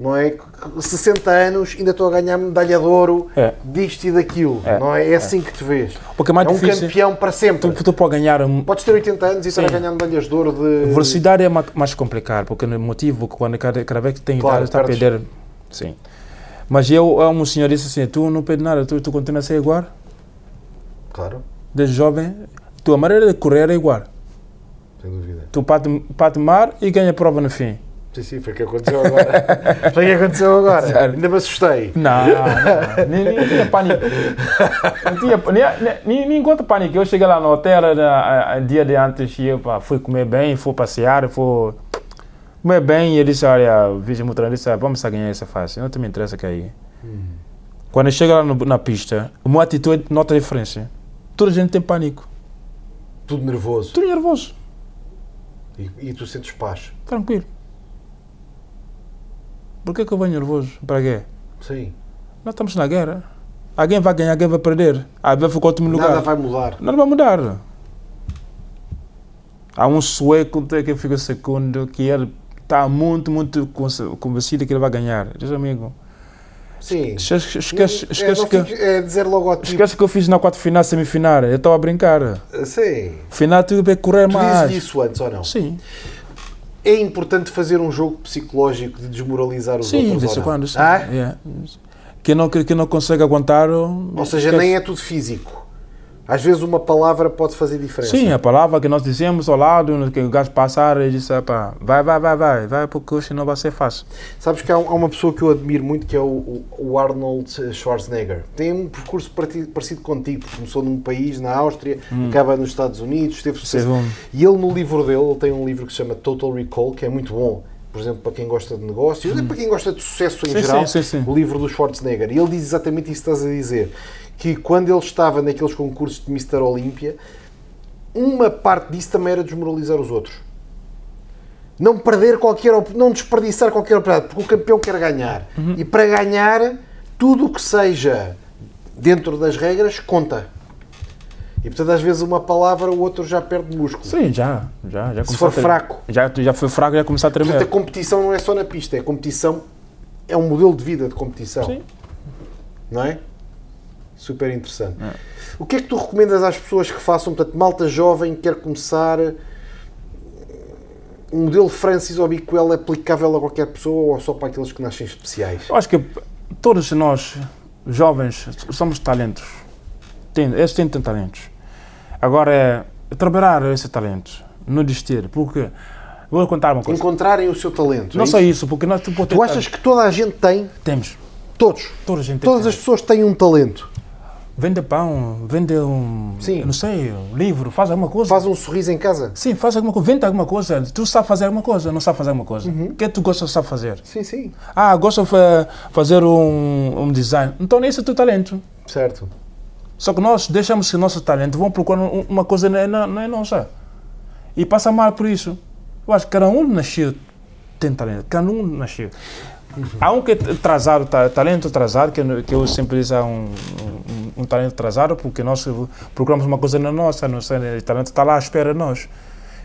Speaker 2: Não é? 60 anos, ainda estou a ganhar medalha de ouro
Speaker 3: É.
Speaker 2: disto e daquilo.
Speaker 3: É.
Speaker 2: Não é? é assim que te vês.
Speaker 3: Porque é mais
Speaker 2: é um
Speaker 3: difícil.
Speaker 2: campeão para sempre.
Speaker 3: Tu, tu pode ganhar... um-
Speaker 2: Podes ter 80 anos e estar a ganhar medalhas de ouro de.
Speaker 3: Velocidade é ma- mais complicado, porque no motivo que quando cada, cada vez que tem
Speaker 2: Claro,
Speaker 3: idade está a
Speaker 2: perdes.
Speaker 3: perder. Sim. Mas eu, é um senhor disse assim, tu não perdes nada, tu, tu continuas a ser igual,
Speaker 2: Claro,
Speaker 3: desde jovem, tua maneira de correr é igual.
Speaker 2: sem dúvida.
Speaker 3: Tu parte, parte mar e ganha prova no fim.
Speaker 2: Sim, sim, foi o que aconteceu agora. foi o que aconteceu agora.
Speaker 3: Sério.
Speaker 2: Ainda me assustei.
Speaker 3: Não, não, nem, nem tinha pânico. Não tinha, nem, nem, nem enquanto pânico. Eu cheguei lá no hotel, era, a- a- dia de antes, e eu pá, fui comer bem, fui passear, fui comer bem. E ele disse: Olha, veja me ele disse: "Ah, Vamos a ganhar essa fase, não te me interessa cair. Quando eu chego lá no- na pista, a minha atitude nota a diferença. Toda a gente tem pânico,
Speaker 2: Tudo nervoso.
Speaker 3: tudo nervoso,
Speaker 2: E, e tu sentes paz.
Speaker 3: tranquilo. Por que, que eu venho nervoso? Para quê?
Speaker 2: Sim.
Speaker 3: Nós estamos na guerra. Alguém vai ganhar, alguém vai perder. Alguém ficou em último lugar.
Speaker 2: Nada vai mudar.
Speaker 3: Nada vai mudar. Há um sueco até que fica segundo que ele está muito, muito conce- convencido que ele vai ganhar. Diz, amigo,
Speaker 2: Sim.
Speaker 3: esquece, esquece,
Speaker 2: É,
Speaker 3: esquece,
Speaker 2: não
Speaker 3: que,
Speaker 2: fico- é dizer logo ao tipo.
Speaker 3: esquece que eu fiz na quarta final, semifinal. Eu estava a brincar.
Speaker 2: Sim.
Speaker 3: Final tive que correr
Speaker 2: Tu
Speaker 3: mais.
Speaker 2: dizes isso antes ou não?
Speaker 3: Sim,
Speaker 2: É importante fazer um jogo psicológico de desmoralizar os
Speaker 3: sim, de
Speaker 2: outros.
Speaker 3: vez
Speaker 2: ou
Speaker 3: em
Speaker 2: não?
Speaker 3: quando. Sim.
Speaker 2: Ah?
Speaker 3: Yeah. Quem, não, quem não consegue aguentar.
Speaker 2: Ou seja, nem é tudo físico. Às vezes uma palavra pode fazer diferença.
Speaker 3: Sim, a palavra que nós dizemos ao lado, que o gajo passar e disse, "Epá, vai, vai, vai, vai, vai, porque hoje não vai ser fácil.
Speaker 2: Sabes que há, um- há uma pessoa que eu admiro muito que é o, o- o Arnold Schwarzenegger. Tem um percurso parti- parecido contigo. Começou num país, na Áustria, acaba nos Estados Unidos, teve sucesso.
Speaker 3: Hum. Teve um-
Speaker 2: E ele no livro dele, ele tem um livro que se chama Total Recall, que é muito bom. Por exemplo, para quem gosta de negócios, e para quem gosta de sucesso em
Speaker 3: Hum. Sim,
Speaker 2: geral,
Speaker 3: sim, sim, sim.
Speaker 2: o livro do Schwarzenegger. E ele diz exatamente isso que estás a dizer. Que quando ele estava naqueles concursos de Mr. Olímpia, uma parte disso também era desmoralizar os outros. Não perder qualquer op- não desperdiçar qualquer oportunidade, porque o campeão quer ganhar. E para ganhar, tudo o que seja dentro das regras conta. E portanto, às vezes, uma palavra, o outro já perde músculo.
Speaker 3: Sim, já, já, já começou
Speaker 2: for
Speaker 3: a tre-
Speaker 2: fraco. Então
Speaker 3: Já, já foi fraco, já começou a
Speaker 2: Portanto,
Speaker 3: tremer.
Speaker 2: a competição não é só na pista, é competição, é um modelo de vida de competição.
Speaker 3: Sim.
Speaker 2: Não é? Super interessante. O que é que tu recomendas às pessoas que façam, portanto, malta jovem que quer começar eh, um modelo Francis Obiquel aplicável a qualquer pessoa ou só para aqueles que nascem especiais?
Speaker 3: Eu acho que todos nós, jovens, somos talentos. Tem, eles têm, têm talentos. Agora é trabalhar esse talento, não desistir, porque. Vou contar uma coisa.
Speaker 2: Encontrarem o seu talento.
Speaker 3: Não
Speaker 2: é
Speaker 3: só
Speaker 2: isso?
Speaker 3: isso, porque nós tipo,
Speaker 2: Tu achas que toda a gente tem,
Speaker 3: temos.
Speaker 2: todos,
Speaker 3: Toda a gente tem
Speaker 2: todas as pessoas têm um talento.
Speaker 3: Vende pão, vende um.
Speaker 2: Sim.
Speaker 3: Não sei, um livro, faz alguma coisa.
Speaker 2: Faz um sorriso em casa?
Speaker 3: Sim, faz alguma coisa, vende alguma coisa. Tu sabes fazer alguma coisa, não sabes fazer alguma coisa.
Speaker 2: Uhum.
Speaker 3: O que é que tu gostas de saber fazer?
Speaker 2: Sim, sim.
Speaker 3: Ah, gosto de fa- fazer um, um design. Então esse é o teu talento.
Speaker 2: Certo.
Speaker 3: Só que nós deixamos que o nosso talento vão procurar um- uma coisa não é, na- não é nossa. E passa mal por isso. Eu acho que cada um nasceu tem talento. Cada um nasceu. Há um que é atrasado, ta- talento atrasado, que, eu- que eu sempre disse há um, um, um talento atrasado, porque nós procuramos uma coisa na nossa, não sei, o talento está lá à espera de nós.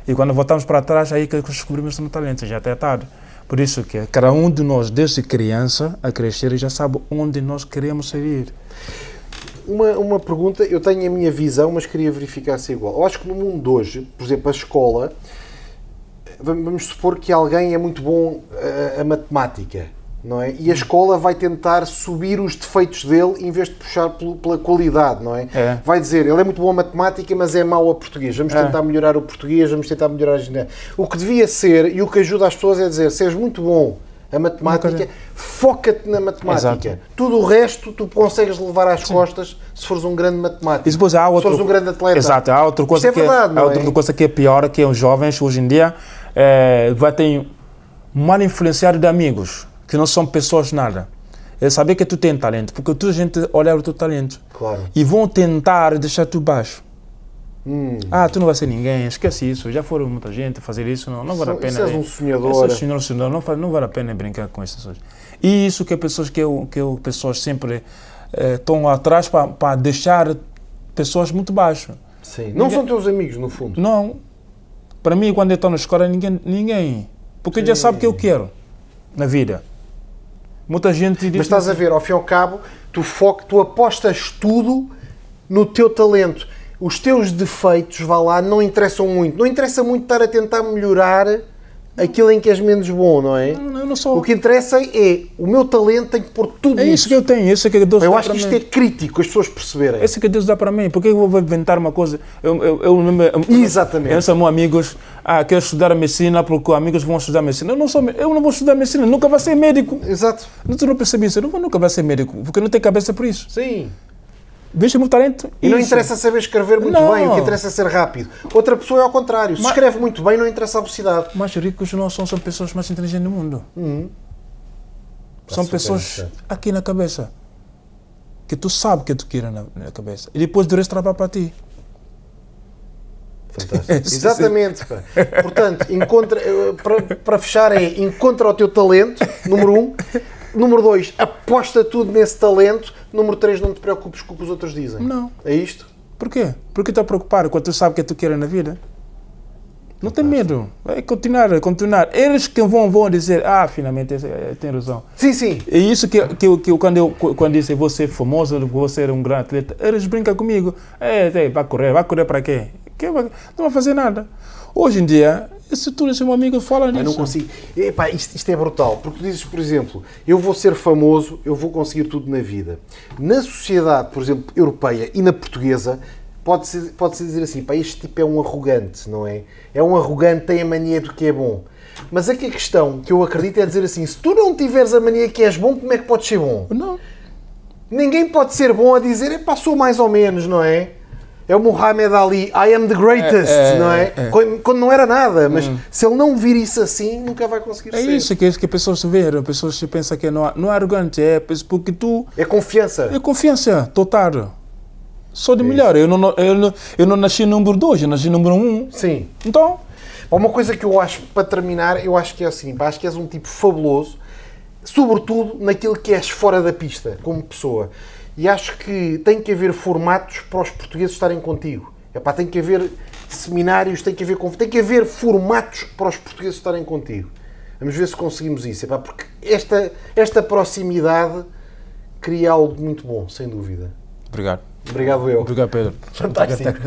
Speaker 3: E quando voltamos para trás, aí que descobrimos um talento, já até tarde. Por isso que cada um de nós, desde criança a crescer, já sabe onde nós queremos ir.
Speaker 2: Uma, uma pergunta, eu tenho a minha visão, mas queria verificar se é igual. Eu acho que no mundo de hoje, por exemplo, a escola, vam- vamos supor que alguém é muito bom eh, a, matemática, não é? E a escola vai tentar subir os defeitos dele em vez de puxar pelo- pela qualidade, não é?
Speaker 3: É.
Speaker 2: Vai dizer, ele é muito bom a matemática, mas é mau a português. Vamos
Speaker 3: É.
Speaker 2: tentar melhorar o português, vamos tentar melhorar a genética. O que devia ser e o que ajuda as pessoas é dizer, se és muito bom a matemática, foca-te na matemática.
Speaker 3: Exato.
Speaker 2: Tudo o resto tu consegues levar às costas se fores um grande matemático.
Speaker 3: E depois há outro...
Speaker 2: Se fores um grande atleta.
Speaker 3: Exato, há outra coisa,
Speaker 2: Isto é
Speaker 3: que,
Speaker 2: verdade, não
Speaker 3: há
Speaker 2: é?
Speaker 3: outra coisa que é pior, que os jovens hoje em dia eh, vai ter mal influenciado de amigos, que não são pessoas nada. É saber que tu tem talento, porque toda a gente olha o teu talento.
Speaker 2: Claro.
Speaker 3: E vão tentar deixar tu baixo. Ah, tu não vai ser ninguém, esquece isso. Já foram muita gente fazer isso, não, não vale a
Speaker 2: Isso
Speaker 3: pena.
Speaker 2: és um
Speaker 3: né?
Speaker 2: sonhador.
Speaker 3: Eu sou senhor, senhor, não, fa- não vale a pena brincar com essas coisas. E isso que as pessoas, que eu, que eu, pessoas sempre eh, estão atrás para deixar pessoas muito baixo.
Speaker 2: Sim. Não são teus amigos, no fundo.
Speaker 3: Não. Para mim, quando eu estou na escola, ninguém. ninguém porque já sabe o que eu quero na vida. Muita gente diz.
Speaker 2: Mas estás a ver, ao fim e ao cabo, tu, foco, tu apostas tudo no teu talento. Os teus defeitos, vá lá, não interessam muito. Não interessa muito estar a tentar melhorar aquilo em que és menos bom, não é?
Speaker 3: Não, não, eu não sou.
Speaker 2: O que interessa é o meu talento, tem que pôr tudo
Speaker 3: É isso
Speaker 2: nisso.
Speaker 3: que eu tenho, isso é que Deus
Speaker 2: Eu
Speaker 3: dá
Speaker 2: acho
Speaker 3: para
Speaker 2: que isto
Speaker 3: mim.
Speaker 2: é crítico, as pessoas perceberem.
Speaker 3: Esse que Deus dá para mim, porque eu vou inventar uma coisa? Eu, eu, eu, lembro- eu,
Speaker 2: Exatamente.
Speaker 3: Eu sou amigos, ah, quero estudar medicina porque amigos vão estudar medicina. Eu não, sou, me- eu não vou estudar medicina, nunca vou ser médico.
Speaker 2: Exato.
Speaker 3: Não, tu não percebes isso, eu não vou, nunca vou ser médico, porque eu não tenho cabeça para isso.
Speaker 2: Sim.
Speaker 3: Veja o meu talento.
Speaker 2: E não
Speaker 3: isso.
Speaker 2: interessa saber escrever muito
Speaker 3: Não.
Speaker 2: bem, o que interessa é ser rápido. Outra pessoa é ao contrário. Se
Speaker 3: Mas-
Speaker 2: escreve muito bem, não interessa a velocidade.
Speaker 3: mais ricos não são, são pessoas mais inteligentes do mundo.
Speaker 2: Hum.
Speaker 3: São
Speaker 2: Tá super
Speaker 3: pessoas
Speaker 2: interessante.
Speaker 3: aqui na cabeça. Que tu sabes que tu queira na, na cabeça. E depois do resto trabalha para ti. Sim, sim.
Speaker 2: Exatamente. pá. Portanto, encontra, eh, para, para fechar é encontra o teu talento, número um. Número dois, aposta tudo nesse talento. Número três, não te preocupes com o que os outros dizem.
Speaker 3: Não.
Speaker 2: É isto?
Speaker 3: é Por quê? Porque tu a preocupar quando tu sabes o que tu queres na vida. Não tem medo. Vai continuar, é continuar. Eles que vão, vão dizer, ah, finalmente esse, eh, tem razão.
Speaker 2: Sim, sim.
Speaker 3: É isso que, que, eu- que eu- quando eu quando disse vou ser famoso, vou ser um grande atleta, eles brincam comigo. É, é, vai correr, vai correr para quê? Que vai- não vai fazer nada. Hoje em dia, isso tudo, esse meu amigo fala
Speaker 2: Eu
Speaker 3: nisso.
Speaker 2: não consigo. Epá, isto, isto é brutal. Porque tu dizes, por exemplo, eu vou ser famoso, eu vou conseguir tudo na vida. Na sociedade, por exemplo, europeia e na portuguesa, pode-se pode dizer assim: pá, este tipo é um arrogante, não é? É um arrogante, tem a mania do que é bom. Mas aqui a questão que eu acredito é dizer assim: se tu não tiveres a mania que és bom, como é que podes ser bom?
Speaker 3: Não.
Speaker 2: Ninguém pode ser bom a dizer, é passou mais ou menos, não é? É o Muhammad Ali, I am the greatest,
Speaker 3: É, é,
Speaker 2: não é?
Speaker 3: é. Hum.
Speaker 2: Quando, quando não era nada, mas se ele não vir isso assim, nunca vai conseguir
Speaker 3: É
Speaker 2: ser.
Speaker 3: isso que, que as pessoas veem, as pessoas pensam que não, não é arrogante, é porque tu
Speaker 2: É confiança.
Speaker 3: É confiança total. Sou de melhor. Eu não, eu, não, eu não nasci número 2, eu nasci número 1. Um.
Speaker 2: Sim.
Speaker 3: Então,
Speaker 2: Há uma coisa que eu acho, para terminar, eu acho que é assim, pá, acho que és um tipo fabuloso, sobretudo naquilo que és fora da pista, como pessoa. E acho que tem que haver formatos para os portugueses estarem contigo. Epá, tem que haver seminários, tem que haver, conf- tem que haver formatos para os portugueses estarem contigo. Vamos ver se conseguimos isso, epá, porque esta, esta proximidade cria algo muito bom, sem dúvida.
Speaker 3: obrigado.
Speaker 2: Obrigado eu.
Speaker 3: Obrigado, Pedro.
Speaker 2: Fantástico.